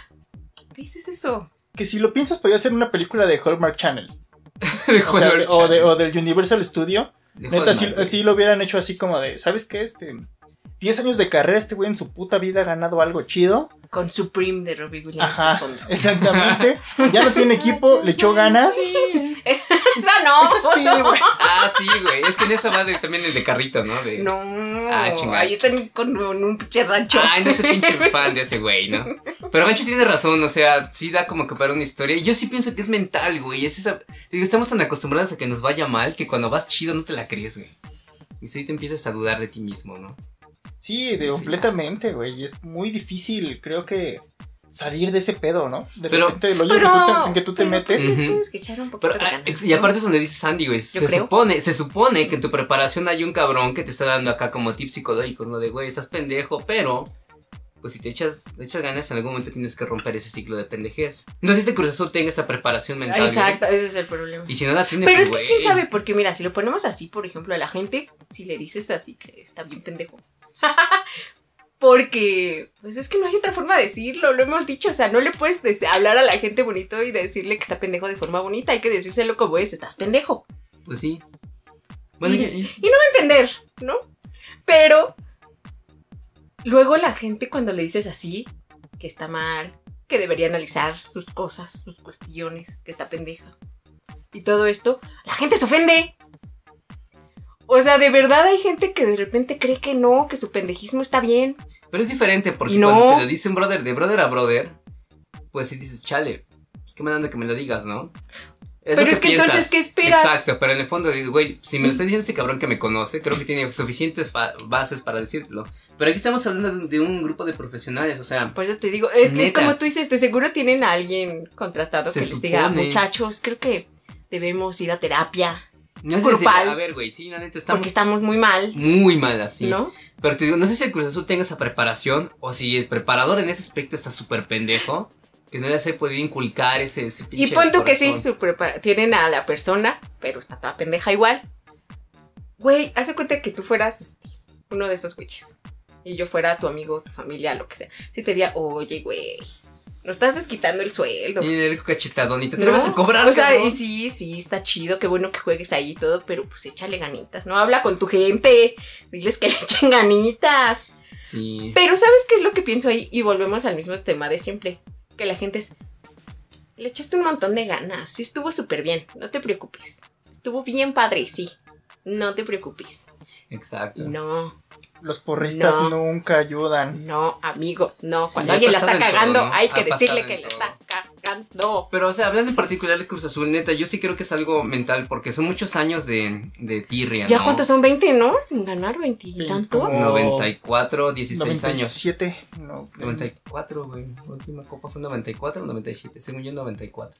Speaker 4: ¿ves es eso?
Speaker 1: Que si lo piensas, podría ser una película de Hallmark Channel.
Speaker 5: De
Speaker 1: O, sea,
Speaker 5: Hallmark
Speaker 1: de- o de-
Speaker 5: Channel.
Speaker 1: o del Universal Studio.
Speaker 5: De
Speaker 1: Neta,
Speaker 5: Hallmark,
Speaker 1: si,
Speaker 5: güey.
Speaker 1: lo hubieran hecho así como de, ¿sabes qué? Este, 10 años de carrera, este güey en su puta vida ha ganado algo chido.
Speaker 4: Con Supreme de Robbie Williams. en
Speaker 1: Ajá,
Speaker 4: fondo.
Speaker 1: exactamente. Ya no tiene equipo, le echó ganas.
Speaker 4: Esa no.
Speaker 1: Ese es Phil, güey.
Speaker 5: Ah, sí, güey. Es que en esa va de- también el de carrito, ¿no? De...
Speaker 4: No.
Speaker 5: Ah, chingada. Ah,
Speaker 4: Ahí están con un, un pinche rancho.
Speaker 5: Ay, no ese pinche fan de ese güey, ¿no? Pero Gancho tiene razón, o sea, sí da como que para una historia. Yo sí pienso que es mental, güey. Es esa... Digo, estamos tan acostumbrados a que nos vaya mal que cuando vas chido no te la crees, güey. Y sí te empiezas a dudar de ti mismo, ¿no?
Speaker 1: Sí, de
Speaker 5: Sí.
Speaker 1: completamente, güey. y Es muy difícil, creo que, salir de ese pedo, ¿no? De
Speaker 5: Pero-
Speaker 1: repente, el hoyo que
Speaker 4: Pero-
Speaker 1: tú te- sin que tú te
Speaker 4: pero-
Speaker 1: metes.
Speaker 5: Ujú.
Speaker 4: Tienes que echar un poquito
Speaker 5: Pero,
Speaker 4: de
Speaker 5: ah,
Speaker 4: ganas,
Speaker 5: ex- y
Speaker 4: ¿no?
Speaker 5: aparte es donde dice Sandy, güey. Se
Speaker 4: creo.
Speaker 5: supone, se supone que en tu preparación hay un cabrón que te está dando acá como tips psicológicos, ¿no? De, güey, estás pendejo, pero... Pues si te echas, le echas ganas, en algún momento tienes que romper ese ciclo de pendejez. No sé si este Cruz Azul tenga esa preparación mental. güey.
Speaker 4: Exacto, ese es el problema.
Speaker 5: Y si no la tiene,
Speaker 4: Pero
Speaker 5: pues,
Speaker 4: es que
Speaker 5: güey.
Speaker 4: quién sabe, porque mira, si lo ponemos así, por ejemplo, a la gente, si le dices así, que está bien pendejo. porque, pues es que no hay otra forma de decirlo, lo hemos dicho, o sea, no le puedes des- hablar a la gente bonito y decirle que está pendejo de forma bonita, hay que decírselo como es, estás pendejo.
Speaker 5: Pues sí. Bueno,
Speaker 4: Y-
Speaker 5: yo- yo-
Speaker 4: entender, ¿no? Pero luego la gente cuando le dices así, que está mal, que debería analizar sus cosas, sus cuestiones, que está pendeja, y todo esto, la gente se ofende. O sea, de verdad hay gente que de repente cree que no, que su pendejismo está bien.
Speaker 5: pero es diferente porque
Speaker 4: Y no.
Speaker 5: cuando te lo dice un brother de brother a brother, pues si dices, chale, pues, es que me que me lo digas, ¿no? lo
Speaker 4: pero es que
Speaker 5: piensas.
Speaker 4: entonces, ¿qué esperas?
Speaker 5: Exacto, pero en el fondo digo, güey, si me lo está diciendo este cabrón que me conoce, creo que tiene suficientes fa- bases para decírtelo. Pero aquí estamos hablando de, de un grupo de profesionales, o sea,
Speaker 4: Por eso te digo, es, es
Speaker 5: Neta.
Speaker 4: como tú dices, de seguro tienen a alguien contratado
Speaker 5: Se
Speaker 4: que les diga,
Speaker 5: supone.
Speaker 4: muchachos, creo que debemos ir a terapia,
Speaker 5: no sé si,
Speaker 4: Grupal.
Speaker 5: a ver, güey, sí, la neta está
Speaker 4: porque estamos muy mal,
Speaker 5: muy mal así.
Speaker 4: ¿no?
Speaker 5: Pero te digo, no sé si el Cruz Azul tenga esa preparación o si el preparador en ese aspecto está súper pendejo. Que no le hace podido inculcar ese, ese
Speaker 4: Y
Speaker 5: pinche
Speaker 4: punto que sí,
Speaker 5: corazón.
Speaker 4: su prepara- tienen a la persona, pero está toda pendeja igual. güey, haz de cuenta que tú fueras este, uno de esos güeyes. Y yo fuera tu amigo, tu familia, lo que sea. Si te diría, oye, güey, no estás desquitando el sueldo.
Speaker 5: Y el cachetadón, y te
Speaker 4: ¿No?
Speaker 5: atreves a cobrar.
Speaker 4: O sea,
Speaker 5: cabrón?
Speaker 4: y sí, sí, está chido, qué bueno que juegues ahí y todo, pero pues échale ganitas, ¿no? Habla con tu gente, diles que le echen ganitas.
Speaker 5: Sí.
Speaker 4: Pero ¿sabes qué es lo que pienso ahí? Y volvemos al mismo tema de siempre. Que la gente es... Le echaste un montón de ganas. Sí, estuvo súper bien. No te preocupes. Estuvo bien padre, sí. No te preocupes.
Speaker 5: Exacto.
Speaker 4: Y no,
Speaker 1: Los porristas
Speaker 4: No.
Speaker 1: nunca ayudan.
Speaker 4: no, amigos, no.
Speaker 5: Ha
Speaker 4: Cuando alguien la está
Speaker 5: pasado en todo,
Speaker 4: cagando,
Speaker 5: ¿no?
Speaker 4: hay
Speaker 5: Ha
Speaker 4: que decirle
Speaker 5: pasado
Speaker 4: que
Speaker 5: en
Speaker 4: la
Speaker 5: todo.
Speaker 4: está cagando.
Speaker 5: Pero, o sea, hablando en particular de Cruz Azul, neta, yo sí creo que es algo mental, porque son muchos años de, de tirria,
Speaker 4: ¿Ya
Speaker 5: ¿no?
Speaker 4: cuántos son? ¿20, no? Sin ganar, ¿20 y
Speaker 1: Sí,
Speaker 5: Oh.
Speaker 4: tantos?
Speaker 1: como-
Speaker 5: 94, 16 años.
Speaker 1: 97. No, pues,
Speaker 5: 94, güey. La última copa fue en 94 o 97. Según yo, 94.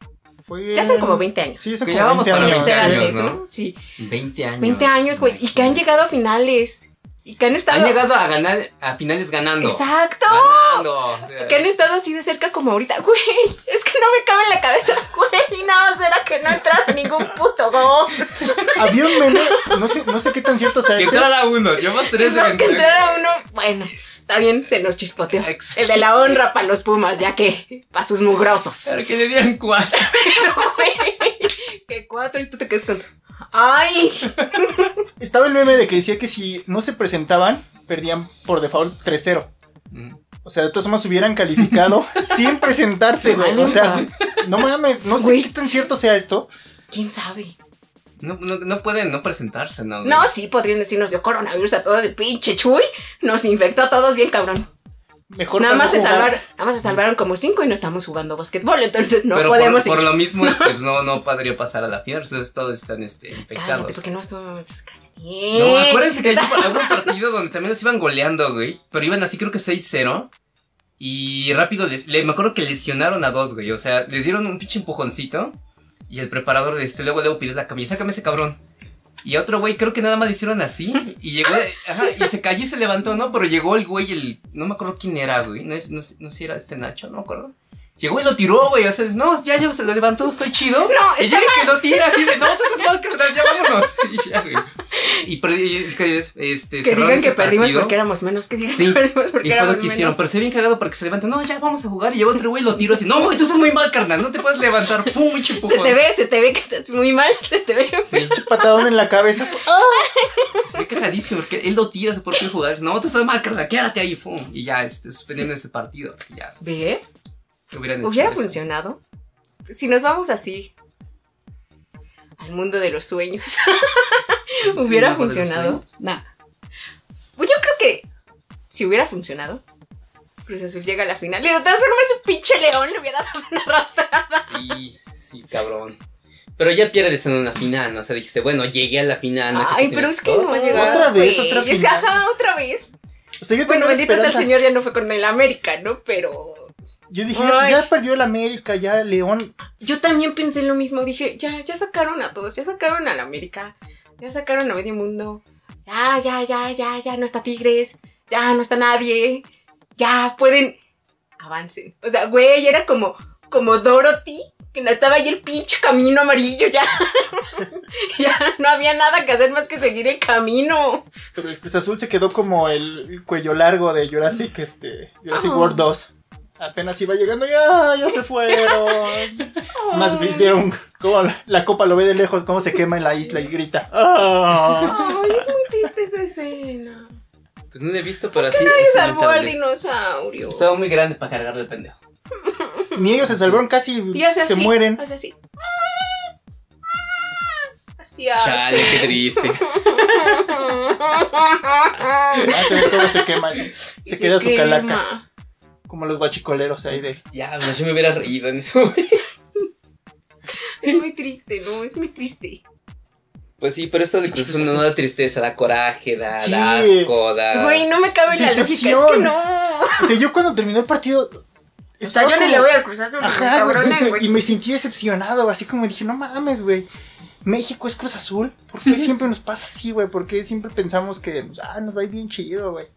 Speaker 1: fue-
Speaker 4: Ya son como 20 años.
Speaker 1: Sí, son
Speaker 5: Que
Speaker 1: como
Speaker 5: ya vamos
Speaker 1: 20
Speaker 5: para
Speaker 1: años.
Speaker 5: 20 años,
Speaker 4: Universidades,
Speaker 5: ¿no?
Speaker 4: ¿no? Sí,
Speaker 5: 20 años.
Speaker 4: 20 años, güey. Y que han llegado a finales. Y que han estado...
Speaker 5: Han llegado a ganar, a finales ganando.
Speaker 4: Exacto.
Speaker 5: Ganando. o sea,
Speaker 4: que han estado así de cerca como ahorita. Güey, es que no me cabe en la cabeza, güey. Y nada más era que no entraba ningún puto gol.
Speaker 1: Había un meme, no sé, no sé qué tan cierto sea
Speaker 5: que
Speaker 1: este.
Speaker 5: entrara uno, llevas
Speaker 4: Es
Speaker 5: tres
Speaker 4: más que
Speaker 5: eventos.
Speaker 4: entrar a uno. Bueno, está bien, se nos chispoteó.
Speaker 5: Exacto.
Speaker 4: El de la honra para los Pumas, ya que para sus mugrosos.
Speaker 5: Pero que le dieran cuatro.
Speaker 4: Pero, güey, que cuatro y tú te quedas con. ¡Ay!
Speaker 1: Estaba el meme de que decía que si no se presentaban, perdían por default 3-0.
Speaker 5: Mm.
Speaker 1: O sea, de todos modos hubieran calificado sin presentarse, güey. O sea, no mames, no sé
Speaker 4: Güey.
Speaker 1: qué tan cierto sea esto.
Speaker 4: ¿Quién sabe?
Speaker 5: No, no, no pueden no presentarse, ¿no? güey?
Speaker 4: No, sí, podrían decir nos dio coronavirus a todos de pinche chuy. Nos infectó a todos bien cabrón.
Speaker 1: Mejor
Speaker 4: Nada
Speaker 1: para
Speaker 4: más, se
Speaker 1: no jugar.
Speaker 4: salvaron, nada más se salvaron como cinco y no estamos jugando básquetbol, entonces no
Speaker 5: Pero
Speaker 4: podemos
Speaker 5: por, por
Speaker 4: ir.
Speaker 5: lo mismo, este, pues, no, no podría pasar a la final. Entonces todos están este,
Speaker 4: Cállate,
Speaker 5: infectados.
Speaker 4: porque no estamos. Cállate.
Speaker 5: No, acuérdense que hay un- habrá un partido donde también los iban goleando, güey. Pero iban así, creo que 6-0. Y rápido, les, le- me acuerdo que lesionaron a dos, güey. O sea, les dieron un pinche empujoncito. Y el preparador de este, luego, luego pidió la camisa, sácame ese cabrón. Y a otro güey, creo que nada más le hicieron así. Y llegó, ajá, y se cayó y se levantó, ¿no? Pero llegó el güey, el. No me acuerdo quién era, güey. No, es- no, sé- no sé si era este Nacho, no me acuerdo. Llegó y lo tiró, güey. O sea, no, ya, ya se lo levantó, estoy chido.
Speaker 4: No,
Speaker 5: Y
Speaker 4: está
Speaker 5: llega que lo tira así de, no, tú estás mal, carnal, ya vámonos. Y ya, güey. Y perdí, y que, este,
Speaker 4: que
Speaker 5: cerraron
Speaker 4: digan
Speaker 5: ese
Speaker 4: que perdimos
Speaker 5: partido,
Speaker 4: porque éramos menos, que digan
Speaker 5: Sí,
Speaker 4: que perdimos porque
Speaker 5: Y fue
Speaker 4: éramos
Speaker 5: lo que hicieron,
Speaker 4: menos.
Speaker 5: pero se ve bien cagado porque se levanta, no, ya vamos a jugar. Y lleva otro güey y lo tiro así, no, güey, tú estás muy mal, carnal, no te puedes levantar. Pum, y chupó.
Speaker 4: Se te ve, se te ve que estás muy mal, se te ve.
Speaker 5: Sí,
Speaker 1: Patadón en la cabeza. ¡Ah!
Speaker 5: se ve cagadísimo porque él lo tira a su propio jugador. No, tú estás mal, carnal, quédate ahí, pum. Y ya, este, suspendieron ese partido. y Ya,
Speaker 4: ¿Ves?
Speaker 5: que hubieran hecho
Speaker 4: ¿Hubiera
Speaker 5: eso.
Speaker 4: funcionado? Si nos vamos así al mundo de los sueños,
Speaker 5: Sí, me
Speaker 4: ¿hubiera
Speaker 5: acuerdo de los
Speaker 4: funcionado?
Speaker 5: sueños.
Speaker 4: Nada. Pues yo creo que si hubiera funcionado, Cruz Azul llega a la final y de todas formas ese pinche león le hubiera dado una arrastrada.
Speaker 5: Sí, sí, cabrón. Pero ya pierdes en una final, ¿no? O sea, dijiste, bueno, llegué a la final. ¿no? ¿Qué
Speaker 4: Ay,
Speaker 5: te
Speaker 4: pero
Speaker 5: tienes
Speaker 4: es que
Speaker 5: todo
Speaker 4: no.
Speaker 5: para llegar?
Speaker 1: Otra vez,
Speaker 4: güey.
Speaker 1: otra
Speaker 4: Es-
Speaker 1: final.
Speaker 4: Ajá, otra vez.
Speaker 1: O sea, yo tenía
Speaker 4: Bueno,
Speaker 1: la
Speaker 4: bendito sea el
Speaker 1: esperanza.
Speaker 4: señor, ya no fue con el América, ¿no? Pero.
Speaker 1: Yo dije,
Speaker 4: Ay.
Speaker 1: ya, ya perdió el América, ya León.
Speaker 4: Yo también pensé lo mismo. Dije, ya, ya sacaron a todos, ya sacaron al América, ya sacaron a medio mundo. Ya, ya, ya, ya, ya no está Tigres, ya no está nadie. Ya pueden. Avancen. O sea, güey, era como, como Dorothy, que no estaba ahí el pinche camino amarillo, ya. ya no había nada que hacer más que seguir el camino.
Speaker 1: Pero el Cruz Azul se quedó como el cuello largo de Jurassic, este, Jurassic
Speaker 4: Ah.
Speaker 1: World 2. Apenas iba llegando, ya, ya se fueron. Más vieron cómo la copa lo ve de lejos, cómo se quema en la isla y grita. "Ah".
Speaker 4: Ay, es muy triste esa escena.
Speaker 5: Pues no lo he visto, pero sí.
Speaker 4: Nadie
Speaker 5: es
Speaker 4: salvó al
Speaker 5: lamentable.
Speaker 4: dinosaurio.
Speaker 5: Estaba muy grande para cargarle el pendejo.
Speaker 1: Ni ellos se salvaron, casi
Speaker 4: Y hace
Speaker 1: se
Speaker 4: así,
Speaker 1: mueren.
Speaker 4: Hace así. Así ah. hace.
Speaker 5: Chale, qué triste.
Speaker 1: Ah, se ve cómo se quema.
Speaker 4: Y
Speaker 1: Se queda su
Speaker 4: quema.
Speaker 1: calaca. Como los guachicoleros ahí de.
Speaker 5: Ya, pues, yo me hubiera reído en eso, güey.
Speaker 4: Es muy triste, ¿no? Es muy triste.
Speaker 5: Pues sí, pero esto de Cruz Azul no da tristeza, da coraje, da,
Speaker 1: Sí.
Speaker 5: da asco, da.
Speaker 4: Güey, no me cabe la lógica. Es que
Speaker 1: Decepción.
Speaker 4: no.
Speaker 1: O sea, yo cuando terminó el partido.
Speaker 4: O sea, yo no
Speaker 1: como-
Speaker 4: le voy a cruzar por
Speaker 1: Ajá, güey.
Speaker 4: cabrona, güey.
Speaker 1: Y me sentí decepcionado, así como dije, no mames, güey. México es Cruz pues, Azul. ¿Por qué siempre nos pasa así, güey? ¿Por qué siempre pensamos que ah, nos va a ir bien chido, güey?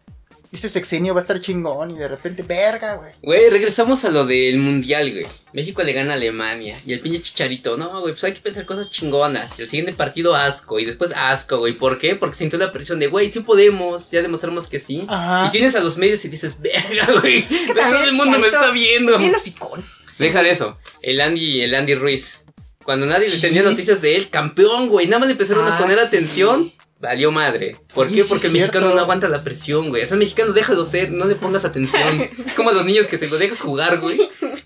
Speaker 1: este sexenio va a estar chingón y de repente, verga, güey.
Speaker 5: Güey, regresamos a lo del mundial, güey. México le gana a Alemania. Y el pinche chicharito, no, güey, pues hay que pensar cosas chingonas. Y el siguiente partido, asco. Y después, asco, güey. ¿Por qué? Porque sintió la presión de, güey, sí podemos. Ya demostramos que sí.
Speaker 1: Ajá.
Speaker 5: Y tienes a los medios y dices, verga, güey. todo
Speaker 4: también
Speaker 5: el mundo me
Speaker 4: Chicharito
Speaker 5: está viendo.
Speaker 4: Es bien hocicón.
Speaker 5: Deja de eso. El Andy, el Andy Ruiz. Cuando nadie le
Speaker 1: Sí.
Speaker 5: tenía noticias de él, campeón, güey. Nada más le empezaron a
Speaker 1: Ah,
Speaker 5: poner
Speaker 1: sí.
Speaker 5: atención. Valió madre. ¿Por
Speaker 1: Sí,
Speaker 5: qué?
Speaker 1: sí,
Speaker 5: Porque el
Speaker 1: cierto.
Speaker 5: mexicano no aguanta la presión, güey. O sea, el mexicano déjalo ser, no le pongas atención. Como a los niños que se lo dejas jugar, güey.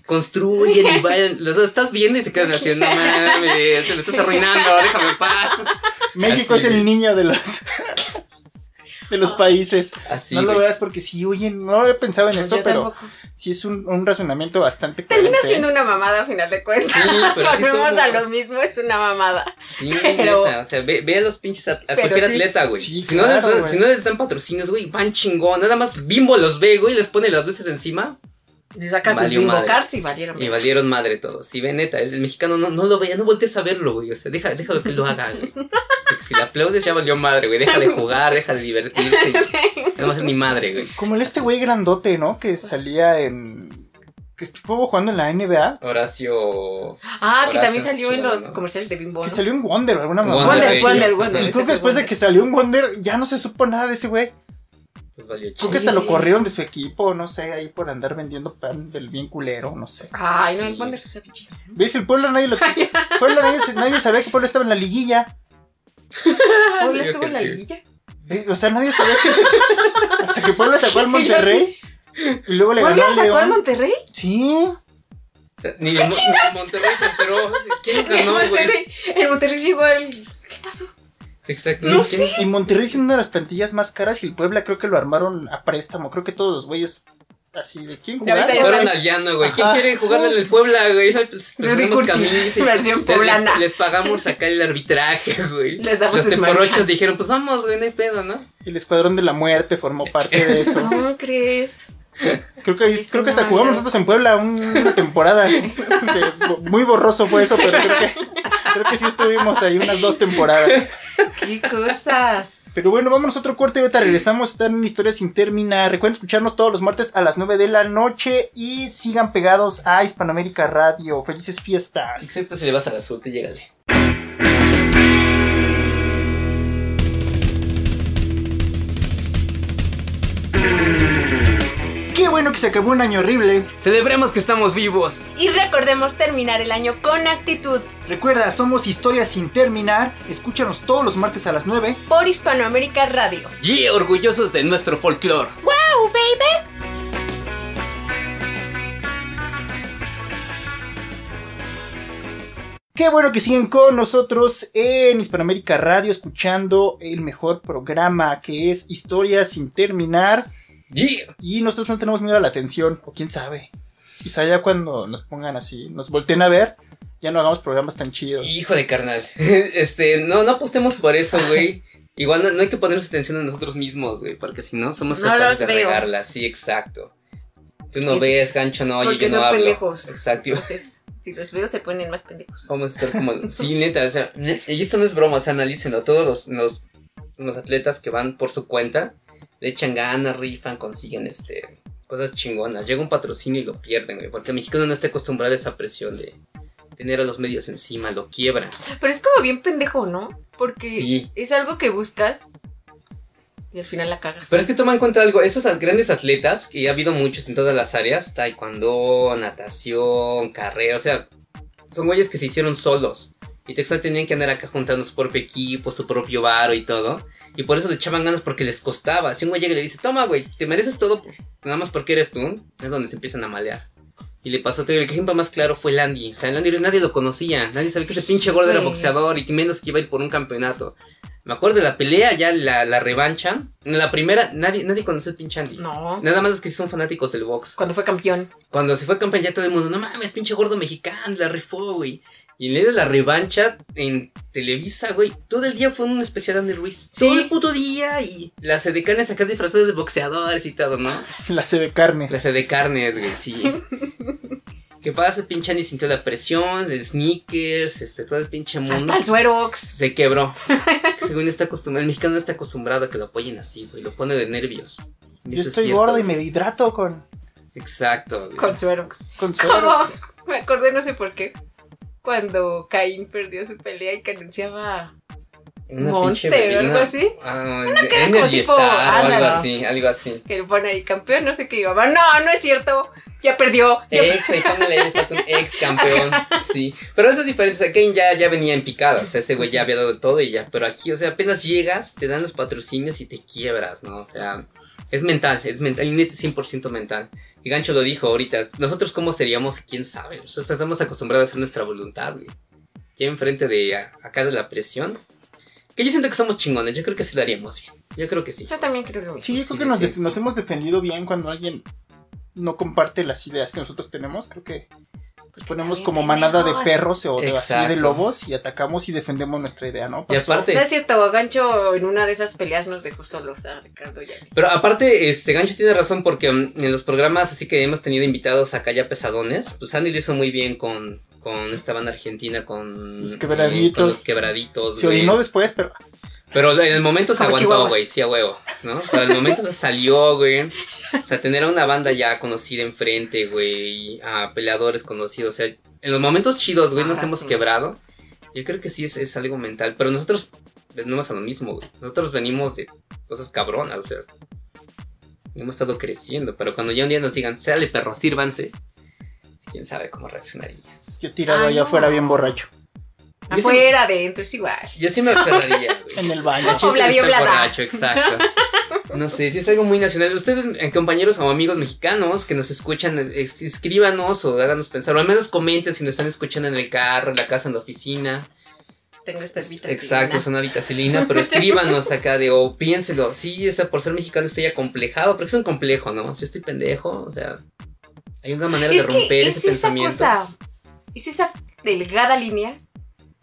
Speaker 5: Construyen y vayan. Los dos estás viendo y se quedan así, no mames, te lo estás arruinando, déjame en paz.
Speaker 1: México
Speaker 5: Así,
Speaker 1: es
Speaker 5: güey.
Speaker 1: el niño de los de los países.
Speaker 5: Así.
Speaker 1: no lo
Speaker 5: güey.
Speaker 1: veas porque sí, oye, no había pensado en eso,
Speaker 4: Yo
Speaker 1: pero
Speaker 4: tampoco.
Speaker 1: sí es un, un razonamiento bastante
Speaker 4: Termina
Speaker 1: coherente, ¿eh?
Speaker 4: siendo una mamada a final de cuentas.
Speaker 5: Sí, pero sí
Speaker 4: Volvemos a
Speaker 5: somos.
Speaker 4: lo mismo, es una mamada.
Speaker 5: Sí,
Speaker 4: Pero-
Speaker 5: neta, o sea, ve, ve a los pinches at- a,
Speaker 4: Pero
Speaker 5: cualquier
Speaker 4: sí.
Speaker 5: atleta, güey.
Speaker 1: Sí,
Speaker 5: si, no les
Speaker 1: claro,
Speaker 5: dan-
Speaker 1: güey.
Speaker 5: si no les dan patrocinios, güey, van chingón. Nada más Bimbo los ve, güey, les pone las luces encima
Speaker 4: Le sacas sus
Speaker 5: Valió
Speaker 4: bingo
Speaker 5: madre.
Speaker 4: cards y valieron.
Speaker 5: y valieron madre todos. Sí, ve, neta, el mexicano no, no lo vea, no voltees a verlo, güey. O sea, deja, déjalo que lo haga, güey. Porque si le aplaudes, ya valió madre, güey. Deja de jugar, deja de divertirse. güey. No va a ser ni madre, güey.
Speaker 1: Como el este güey grandote, ¿no? Que salía en que estuvo jugando en la NBA,
Speaker 5: Horacio.
Speaker 4: Ah, que
Speaker 5: Horacio
Speaker 4: también salió en
Speaker 5: Chingón,
Speaker 4: los
Speaker 5: ¿no?
Speaker 4: comerciales de Bimbo.
Speaker 1: que
Speaker 4: ¿no?
Speaker 1: salió en Wonder o alguna mamá.
Speaker 4: Wonder,
Speaker 5: güey,
Speaker 4: Wonder,
Speaker 5: sí.
Speaker 4: Wonder.
Speaker 1: Y creo que después de que salió en Wonder ya no se supo nada de ese güey.
Speaker 5: Pues valió
Speaker 1: Creo
Speaker 5: chingón.
Speaker 1: que hasta
Speaker 4: Sí,
Speaker 1: lo
Speaker 4: sí,
Speaker 1: corrieron de su equipo, no sé, ahí por andar vendiendo pan del bien culero, no sé.
Speaker 4: Ay, no,
Speaker 5: Sí.
Speaker 4: el Wonder se sabe chido.
Speaker 1: ¿Ves? El pueblo nadie lo. Puebla nadie, se- nadie sabía que Puebla estaba en la liguilla.
Speaker 4: Puebla
Speaker 5: Yo
Speaker 4: estuvo en la
Speaker 5: creo que-
Speaker 4: liguilla.
Speaker 1: Eh, O sea, nadie sabía que. Hasta que Puebla sacó al
Speaker 4: Yo sí.
Speaker 1: Monterrey. Y luego le ganó
Speaker 4: ¿Puebla
Speaker 1: al
Speaker 4: sacó al
Speaker 1: León.
Speaker 4: Monterrey?
Speaker 1: Sí.
Speaker 5: O sea, ni, el Mon- ni el Monterrey se enteró. ¿Quién les
Speaker 4: el,
Speaker 5: ganó, güey?
Speaker 4: Monterrey el Monterrey llegó al. ¿Qué pasó?
Speaker 5: Exacto.
Speaker 4: No
Speaker 5: ¿Quién-
Speaker 1: Y Monterrey es una de las plantillas más caras y el Puebla creo que lo armaron a préstamo. Creo que todos los güeyes así de quién
Speaker 4: Y ahorita
Speaker 1: jugar.
Speaker 4: ya
Speaker 5: Fueron al llano, güey. ¿Quién
Speaker 1: Ajá.
Speaker 5: quiere jugarle en el Puebla, güey? Ay, Pues, pues
Speaker 4: Rudy
Speaker 5: tenemos
Speaker 4: Cursi,
Speaker 5: camisa. y-
Speaker 4: versión
Speaker 5: les-
Speaker 4: poblana.
Speaker 5: Les, pagamos acá el arbitraje, güey.
Speaker 4: Les damos
Speaker 5: Los
Speaker 4: sus
Speaker 5: temporochos
Speaker 4: manchas.
Speaker 5: dijeron, pues vamos, güey, no hay pedo, ¿no?
Speaker 1: El Escuadrón de la Muerte formó parte de eso.
Speaker 4: ¿Cómo crees?
Speaker 1: Creo que, ahí-
Speaker 4: Sí,
Speaker 1: creo que hasta
Speaker 4: no,
Speaker 1: jugamos
Speaker 4: no.
Speaker 1: nosotros en Puebla un- una temporada. de- bo- muy borroso fue eso, pero creo que, creo que sí estuvimos ahí unas dos temporadas.
Speaker 4: ¡Qué cosas!
Speaker 1: Pero bueno, vámonos a otro corte y ahorita regresamos. Están en Historia Sin Terminar. Recuerden escucharnos todos los martes a las 9 de la noche y sigan pegados a Hispanoamérica Radio. Felices fiestas.
Speaker 5: Excepto si le vas al azul, tú llégale.
Speaker 1: Qué bueno que se acabó un año horrible.
Speaker 5: Celebremos que estamos vivos.
Speaker 4: Y recordemos terminar el año con actitud
Speaker 1: Recuerda, somos Historia Sin Terminar. Escúchanos todos los martes a las 9.
Speaker 4: por Hispanoamérica Radio.
Speaker 5: Y orgullosos de nuestro folclore.
Speaker 1: Qué bueno que siguen con nosotros en Hispanoamérica Radio escuchando el mejor programa que es Historia Sin Terminar.
Speaker 5: Y
Speaker 1: Y nosotros no tenemos miedo a la atención, o quién sabe. Quizá ya cuando nos pongan así, nos volteen a ver, ya no hagamos programas tan chidos.
Speaker 5: Hijo de carnal. Este, no, no apostemos por eso, güey. Igual no, no hay que ponernos atención a nosotros mismos, güey, porque si no, somos
Speaker 4: No
Speaker 5: capaces
Speaker 4: los
Speaker 5: de
Speaker 4: veo.
Speaker 5: regarla. Sí, exacto. Tú no
Speaker 4: Es-
Speaker 5: ves, gancho, no, yo,
Speaker 4: porque
Speaker 5: yo no
Speaker 4: son
Speaker 5: hablo.
Speaker 4: pendejos.
Speaker 5: Exacto.
Speaker 4: Entonces, si los veo, se ponen más pendejos.
Speaker 5: Vamos a estar como. Sí, neta, o sea, ne- y esto no es broma, o sea, analícenlo. Todos los, los, los atletas que van por su cuenta le echan ganas, rifan, consiguen este cosas chingonas. Llega un patrocinio y lo pierden, güey, porque el mexicano no está acostumbrado a esa presión de tener a los medios encima, lo quiebra.
Speaker 4: Pero es como bien pendejo, ¿no? Porque
Speaker 5: Sí.
Speaker 4: es algo que buscas y al final la cagas.
Speaker 5: Pero es que toma en cuenta algo, esos at- grandes atletas, que ha habido muchos en todas las áreas, taekwondo, natación, carrera, o sea, son güeyes que se hicieron solos. Y Texas tenían que andar acá juntando su propio equipo, su propio varo y todo. Y por eso le echaban ganas porque les costaba. Si un güey llega y le dice, toma güey, te mereces todo, por- nada más porque eres tú, es donde se empiezan a malear. Y le pasó, te digo, el ejemplo más claro fue Landy. O sea, Landy Ruiz nadie lo conocía, nadie sabía que ese pinche gordo era
Speaker 4: güey.
Speaker 5: boxeador y que menos que iba a ir por un campeonato. Me acuerdo de la pelea, ya la, la revancha. En la primera, nadie, nadie conoció al pinche Andy.
Speaker 4: No.
Speaker 5: Nada más los que son fanáticos del box.
Speaker 4: Cuando fue campeón.
Speaker 5: Cuando se fue campeón ya todo el mundo, no mames, pinche gordo mexicano, la rifó, güey. Y en de la revancha en Televisa, güey, todo el día fue un especial de Andy Ruiz.
Speaker 4: Sí.
Speaker 5: Todo el puto día y las edecanes acá disfrazadas de boxeadores y todo, ¿no?
Speaker 1: La sede de carnes.
Speaker 5: Clase de carnes, güey, sí. ¿Qué pasa? El pinche Andy sintió la presión, el sneakers, este, todo el pinche mundo.
Speaker 4: Hasta el Suerox.
Speaker 5: Se quebró. Según está acostumbrado, el mexicano no está acostumbrado a que lo apoyen así, güey. Lo pone de nervios. Eso
Speaker 1: Yo
Speaker 5: es
Speaker 1: estoy
Speaker 5: cierto,
Speaker 1: gordo y me
Speaker 5: güey.
Speaker 1: hidrato con,
Speaker 5: Exacto, güey.
Speaker 4: Con suerox.
Speaker 1: con
Speaker 4: ¿Cómo?
Speaker 1: sueros.
Speaker 4: Me acordé, no sé por qué. Cuando Caín perdió su pelea y que anunciaba Monster
Speaker 5: bebida,
Speaker 4: o algo
Speaker 5: una-
Speaker 4: así.
Speaker 5: Ah,
Speaker 4: que era como
Speaker 5: Energy
Speaker 4: tipo
Speaker 5: Star o algo
Speaker 4: ándale.
Speaker 5: así, algo así.
Speaker 4: que le pone ahí campeón, no sé qué. Y yo, no, no es cierto. Ya perdió. ya
Speaker 5: Ex, ahí póngale, le falta un ex campeón. Sí. Pero eso es diferente. O sea, Kane ya, ya venía en picada. O sea, ese güey ya había dado todo y ya. Pero aquí, o sea, apenas llegas, te dan los patrocinios y te quiebras, ¿no? O sea, es mental, es mental. Y neta, 100% mental. Y Gancho lo dijo ahorita. Nosotros, ¿cómo seríamos? ¿Quién sabe? Nosotros estamos acostumbrados a hacer nuestra voluntad, güey. Ya enfrente de a- acá de la presión. Que yo siento que somos chingones. Yo creo que sí lo haríamos bien. Yo creo que sí.
Speaker 4: Yo también creo lo mismo.
Speaker 1: Sí, yo
Speaker 5: Sí,
Speaker 1: creo que nos,
Speaker 5: sí.
Speaker 1: def- nos hemos defendido bien cuando alguien no comparte las ideas que nosotros tenemos. Creo que pues, ponemos
Speaker 4: bien
Speaker 1: como manada de
Speaker 4: pendejos.
Speaker 1: perros o de, así
Speaker 5: Exacto.
Speaker 1: de lobos y atacamos y defendemos nuestra idea, ¿no? Pues,
Speaker 5: Y
Speaker 1: Pasó-
Speaker 5: aparte.
Speaker 4: No es cierto, Gancho en una de esas peleas nos dejó solos a Ricardo y a mí.
Speaker 5: Pero aparte, este Gancho tiene razón porque mm, en los programas así que hemos tenido invitados acá ya pesadones, pues Andy lo hizo muy bien con, con esta banda argentina, con
Speaker 1: Los Quebraditos.
Speaker 5: eh, con los quebraditos.
Speaker 1: Se
Speaker 5: güey.
Speaker 1: orinó después, pero
Speaker 5: Pero en el momento se
Speaker 4: Como
Speaker 5: aguantó,
Speaker 4: Chihuahua.
Speaker 5: güey, sí a huevo, ¿no? Pero en el momento se salió, güey. O sea, tener a una banda ya conocida enfrente, güey, a peleadores conocidos. O sea, en los momentos chidos, güey, nos
Speaker 4: Ajá,
Speaker 5: hemos
Speaker 4: Ah, sí.
Speaker 5: quebrado. Yo creo que sí es, es algo mental. Pero nosotros venimos a lo mismo, güey. Nosotros venimos de cosas cabronas, o sea. Hemos estado creciendo, pero cuando ya un día nos digan, sale perro, sírvanse, pues, quién sabe cómo reaccionarías.
Speaker 1: yo tirado
Speaker 4: Ay,
Speaker 1: allá
Speaker 4: no.
Speaker 1: afuera bien borracho.
Speaker 5: Yo sí-
Speaker 4: Afuera, adentro, es igual.
Speaker 5: Yo sí me aferraría, güey.
Speaker 1: En el baño.
Speaker 5: El chiste es
Speaker 4: Obladío,
Speaker 5: estar
Speaker 4: oblada.
Speaker 5: borracho, exacto. No sé, si es algo muy nacional. Ustedes, eh, compañeros o amigos mexicanos que nos escuchan, eh, es- escríbanos o háganos pensar, o al menos comenten si nos están escuchando en el carro, en la casa, en la oficina.
Speaker 4: Tengo esta invitación.
Speaker 5: Exacto, es una vitacilina, pero escríbanos acá de, o piénselo, sí, o sea, por ser mexicano estoy acomplejado, porque es un complejo, ¿no? Si estoy pendejo, o sea, hay una manera
Speaker 4: Es
Speaker 5: de
Speaker 4: que
Speaker 5: romper ese
Speaker 4: es esa
Speaker 5: pensamiento.
Speaker 4: cosa, es esa delgada línea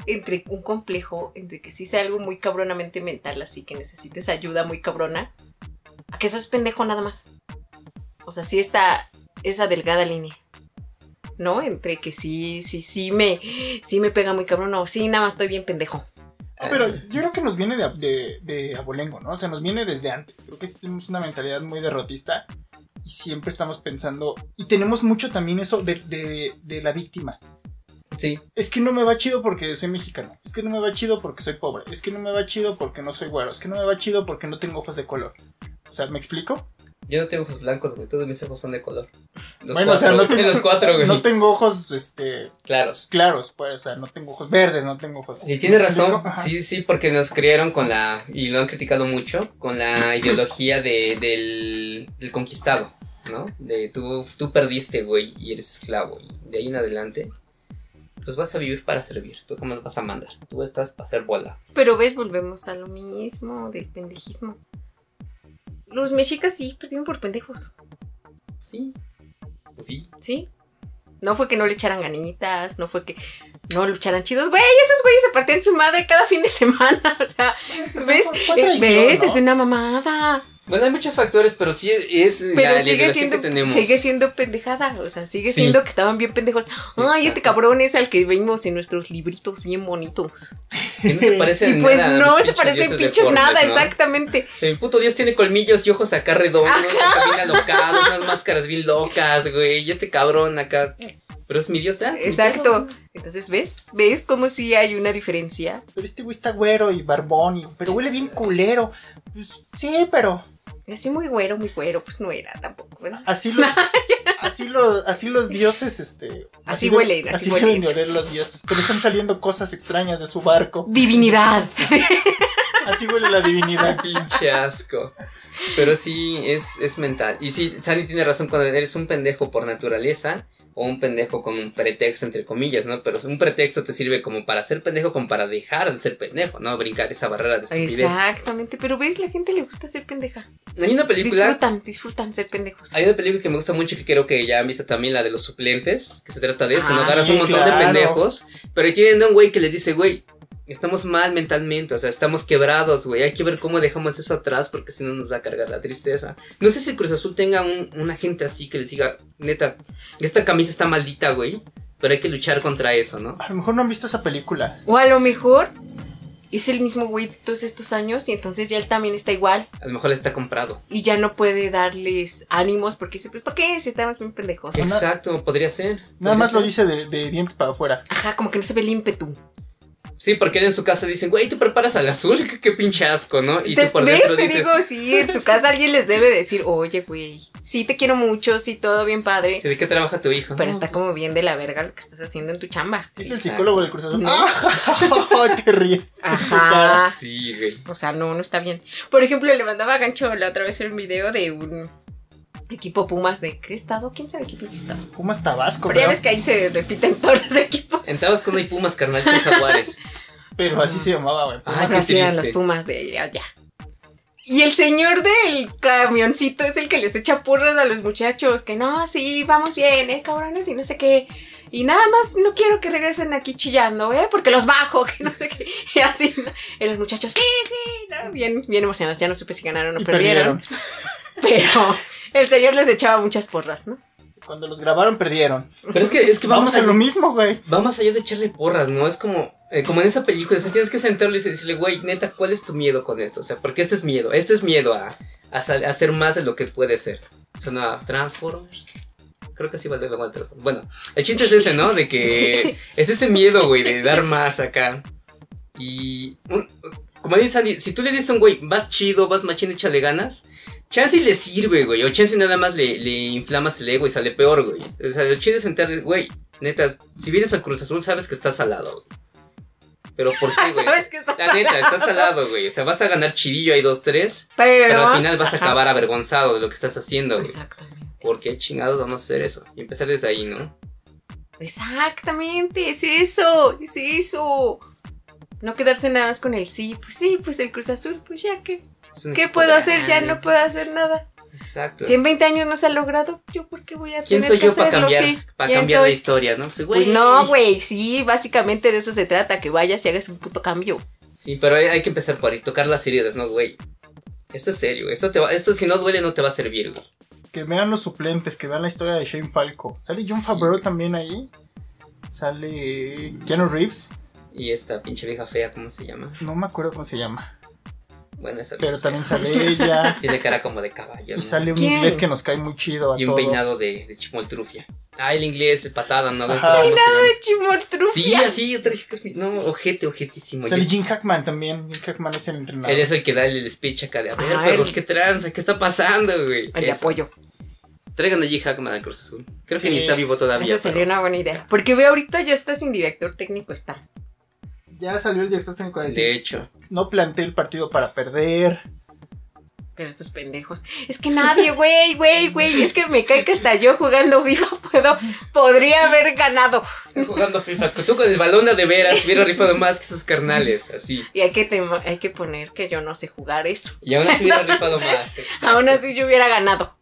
Speaker 4: entre un complejo, entre que sí sea algo muy cabronamente mental, así que necesites ayuda muy cabrona, a que seas pendejo nada más. O sea, sí está esa delgada línea. ¿No? Entre que sí, sí, sí me, sí me pega muy cabrón o sí, nada más estoy bien pendejo.
Speaker 5: Ah,
Speaker 1: Pero yo creo que nos viene de, de, de abolengo, ¿no? O sea, nos viene desde antes. Creo que sí tenemos una mentalidad muy derrotista y siempre estamos pensando. Y tenemos mucho también eso de, de- de la víctima.
Speaker 5: Ah, Sí,
Speaker 1: Es que no me va chido porque soy mexicano. Es que no me va chido porque soy pobre. Es que no me va chido porque no soy güero. Es que no me va chido porque no tengo ojos de color. O sea, ¿me explico?
Speaker 5: yo no tengo ojos blancos, güey, todos mis ojos son de color. Los
Speaker 1: Bueno, o sea,
Speaker 5: cuatro,
Speaker 1: no
Speaker 5: güey,
Speaker 1: tengo-
Speaker 5: los cuatro, güey,
Speaker 1: No tengo ojos este,
Speaker 5: claros.
Speaker 1: claros, pues. O sea, no tengo ojos verdes, no tengo ojos.
Speaker 5: Y tienes
Speaker 1: ¿Me
Speaker 5: razón,
Speaker 1: explico? Ajá.
Speaker 5: sí, sí, porque nos criaron con la, y lo han criticado mucho, con la ideología de, del, del conquistado, ¿no? De tú, tú perdiste, güey, y eres esclavo, y de ahí en adelante, pues vas a vivir para servir, tú jamás vas a mandar, tú estás para hacer bola.
Speaker 4: Pero ves, volvemos a lo mismo del pendejismo. Los mexicas sí perdieron por pendejos.
Speaker 5: Sí, pues sí,
Speaker 4: ¿sí? No fue que no le echaran ganitas, no fue que no lucharan chidos. Güey, esos güeyes se partían su madre cada fin de semana. O sea, ¿ves? Eh,
Speaker 1: Fue- fue traición,
Speaker 4: ¿Ves?
Speaker 1: ¿no?
Speaker 4: Es una mamada.
Speaker 5: bueno, hay muchos factores, pero sí es, es
Speaker 4: Pero
Speaker 5: la
Speaker 4: sigue
Speaker 5: ideología
Speaker 4: siendo,
Speaker 5: que tenemos.
Speaker 4: sigue siendo pendejada. O sea, sigue
Speaker 5: Sí.
Speaker 4: siendo que estaban bien pendejos.
Speaker 5: Sí,
Speaker 4: Ay,
Speaker 5: exacto.
Speaker 4: este cabrón es al que vimos en nuestros libritos bien bonitos.
Speaker 5: Que no se parece
Speaker 4: Y
Speaker 5: en
Speaker 4: pues
Speaker 5: nada a
Speaker 4: no
Speaker 5: los
Speaker 4: se parecen
Speaker 5: dioses
Speaker 4: pinches
Speaker 5: deformes,
Speaker 4: nada,
Speaker 5: ¿no?
Speaker 4: exactamente.
Speaker 5: El puto Dios tiene colmillos y ojos acá redondos, acá bien alocados, unas máscaras bien locas, güey. Y este cabrón acá. Pero es mi Dios, ¿eh? ¿ya?
Speaker 4: Exacto. Entonces, ¿ves? ¿Ves cómo sí hay una diferencia?
Speaker 1: Pero este güey está güero y barbón, y, pero huele bien culero. Pues sí, pero
Speaker 4: Y Así muy güero, muy güero, pues no era tampoco, ¿verdad?
Speaker 1: así los, así los, así los dioses, este.
Speaker 4: Así huelen, así huelen.
Speaker 1: deben de oler los dioses, pero están saliendo cosas extrañas de su barco.
Speaker 4: Divinidad.
Speaker 1: Así huele la divinidad.
Speaker 5: Pinche asco. Pero sí, es, es mental. Y sí, Sandy tiene razón cuando eres un pendejo por naturaleza o un pendejo con un pretexto, entre comillas, ¿no? Pero un pretexto te sirve como para ser pendejo, como para dejar de ser pendejo, ¿no? Brincar esa barrera de estupidez.
Speaker 4: Exactamente, pero ves, la gente le gusta ser pendeja.
Speaker 5: Hay una película
Speaker 4: Disfrutan, disfrutan ser pendejos.
Speaker 5: Hay una película que me gusta mucho que creo que ya han visto también, la de los suplentes, que se trata de eso,
Speaker 4: Ah,
Speaker 5: nos agarras
Speaker 1: sí,
Speaker 5: un montón de
Speaker 1: claro.
Speaker 5: pendejos, pero ahí tienen a un güey que les dice, güey, estamos mal mentalmente, o sea, estamos quebrados, güey, hay que ver cómo dejamos eso atrás porque si no nos va a cargar la tristeza. No sé si el Cruz Azul tenga un, un agente así que les diga, neta, esta camisa está maldita, güey, pero hay que luchar contra eso, ¿no?
Speaker 1: A lo mejor no han visto esa película.
Speaker 4: O a lo mejor es el mismo güey todos estos años y entonces ya él también está igual
Speaker 5: A lo mejor está comprado.
Speaker 4: y ya no puede darles ánimos porque dice, pues ¿para qué? Si estamos bien pendejos.
Speaker 1: Una-
Speaker 5: Exacto, podría ser.
Speaker 1: Nada
Speaker 5: podría
Speaker 1: más lo
Speaker 5: ser.
Speaker 1: dice de, de dientes para afuera.
Speaker 4: Ajá, como que no se ve el ímpetu.
Speaker 5: Sí, porque él en su casa dicen, güey, tú preparas al azul, qué, qué pinche asco, ¿no? Y
Speaker 4: ¿Te
Speaker 5: tú por
Speaker 4: ves?
Speaker 5: dentro
Speaker 4: Te
Speaker 5: dices,
Speaker 4: digo, sí, en tu casa alguien les debe decir, oye, güey, sí te quiero mucho, sí, todo bien padre,
Speaker 5: "Sí, ¿de qué trabaja tu hijo?
Speaker 4: pero está como bien de la verga lo que estás haciendo en tu chamba.
Speaker 1: Es el
Speaker 5: Exacto.
Speaker 1: psicólogo del Cruz Azul.
Speaker 4: No.
Speaker 1: ¡Ah! Te ríes. en su cara.
Speaker 4: Ajá.
Speaker 5: Sí, güey.
Speaker 4: O sea, no, no está bien. Por ejemplo, le mandaba a Gancho la otra vez un video de un equipo Pumas de qué estado, quién sabe qué pinche estado.
Speaker 1: Pumas Tabasco,
Speaker 4: Pero ya
Speaker 1: ¿verdad?
Speaker 4: ves que ahí se repiten todos los equipos.
Speaker 5: En Tabasco no hay pumas, carnal, son jaguares.
Speaker 1: Pero así se llamaba, güey.
Speaker 5: Ah,
Speaker 1: Pumas-
Speaker 5: qué
Speaker 4: Así eran los
Speaker 5: triste.
Speaker 4: Pumas de allá. Y el señor del camioncito es el que les echa porras a los muchachos, que no, sí, vamos bien, eh, cabrones, y no sé qué. Y nada más no quiero que regresen aquí chillando, eh, porque los bajo, que no sé qué. Y así, ¿no? y los muchachos, sí, sí, ¿no? bien, bien emocionados, ya no supe si ganaron o
Speaker 1: y
Speaker 4: perdieron.
Speaker 1: perdieron.
Speaker 4: Pero el señor les echaba muchas porras, ¿no?
Speaker 1: Cuando los grabaron, perdieron.
Speaker 5: Pero es que, es que
Speaker 1: Vamos a
Speaker 5: allá-
Speaker 1: lo mismo, güey.
Speaker 5: va más allá de echarle porras, ¿no? Es como, eh, como en esa película, o sea, tienes que sentarlo y decirle, güey, neta, ¿cuál es tu miedo con esto? O sea, porque esto es miedo, esto es miedo a, a, sal- a ser más de lo que puede ser. Suena a Transformers. Creo que sí vale la de Transformers. Bueno, el chiste es ese, ¿no? De que es ese miedo, güey, de dar más acá. Y, un- como dice Sandy, si tú le dices a un güey, vas chido, vas machín, échale ganas, Chance y le sirve, güey. O chance y nada más le, le inflamas el ego y sale peor, güey. O sea, lo chido es sentarle, güey. Neta, si vienes al Cruz Azul, sabes que estás salado, güey. Pero ¿por qué, güey?
Speaker 4: Ah, Sabes que está
Speaker 5: La neta, estás salado, güey. O sea, vas a ganar chidillo ahí dos, tres. Pero, al final vas a
Speaker 4: Ajá.
Speaker 5: acabar avergonzado de lo que estás haciendo, güey.
Speaker 4: Exactamente.
Speaker 5: ¿Por qué chingados vamos a hacer eso? Y empezar desde ahí, ¿no?
Speaker 4: Exactamente, es eso, es eso. No quedarse nada más con el sí, pues sí, pues el Cruz Azul, pues ya, ¿qué,
Speaker 5: Es un
Speaker 4: ¿qué
Speaker 5: equipo
Speaker 4: puedo hacer? Ya
Speaker 5: grande.
Speaker 4: no puedo hacer nada.
Speaker 5: Exacto.
Speaker 4: Si en 20 años no se ha logrado, ¿yo por qué voy a
Speaker 5: ¿Quién
Speaker 4: tener
Speaker 5: soy
Speaker 4: que
Speaker 5: yo para
Speaker 4: hacerlo?
Speaker 5: cambiar,
Speaker 4: Sí,
Speaker 5: para
Speaker 4: ¿quién
Speaker 5: cambiar
Speaker 4: soy?
Speaker 5: la historia, no? Pues,
Speaker 4: Pues no, güey, sí, básicamente de eso se trata, que vayas y hagas un puto cambio.
Speaker 5: Sí, pero hay, hay que empezar por ahí, tocar las heridas, ¿no, güey? Esto es serio, güey. esto te va, esto si no duele no te va a servir, güey.
Speaker 1: Que vean los suplentes, que vean la historia de Shane Falco. Sale John
Speaker 5: Sí.
Speaker 1: Favreau también ahí. Sale Keanu Reeves.
Speaker 5: Y esta pinche vieja fea, ¿cómo se llama?
Speaker 1: No me acuerdo cómo se llama.
Speaker 5: Bueno, esa vieja
Speaker 1: Pero también sale ella.
Speaker 5: tiene cara como de caballo,
Speaker 1: Y
Speaker 5: ¿no?
Speaker 1: sale un
Speaker 4: ¿Quién?
Speaker 1: inglés que nos cae muy chido a
Speaker 5: Y un
Speaker 1: todos.
Speaker 5: peinado de, de chimoltrufia. Ah, el inglés, el patada, ¿no?
Speaker 1: Ajá.
Speaker 5: ¿Cómo se llama?
Speaker 4: Chimoltrufia.
Speaker 5: Sí, así, yo te dije que es mi- No, ojete, ojetísimo.
Speaker 1: Sale
Speaker 5: Yo-
Speaker 1: Jim Hackman también. Jim Hackman es el entrenador.
Speaker 5: Él es el que da el speech acá de, a ver,
Speaker 4: Ah,
Speaker 5: perros,
Speaker 4: él.
Speaker 5: ¿qué tranza? ¿Qué está pasando, güey?
Speaker 4: El de
Speaker 5: Eso.
Speaker 4: apoyo.
Speaker 5: Traigan a G. Hackman al Cruz Azul. Creo que
Speaker 1: Sí.
Speaker 5: ni está vivo todavía.
Speaker 4: Esa sería
Speaker 5: pero-
Speaker 4: una buena idea. Porque ve ahorita ya está sin director técnico, está.
Speaker 1: Ya salió el director técnico a decir,
Speaker 5: De hecho,
Speaker 1: no planteé el partido para perder.
Speaker 4: Pero estos pendejos. Es que nadie, güey, güey, güey. Es que me cae que hasta yo jugando vivo puedo, podría haber ganado.
Speaker 5: jugando FIFA, tú con el balón de veras hubiera rifado más que esos carnales, así.
Speaker 4: Y hay que, tem- hay que poner que yo no sé jugar eso.
Speaker 5: Y aún así hubiera rifado más. exacto.
Speaker 4: Aún así yo hubiera ganado.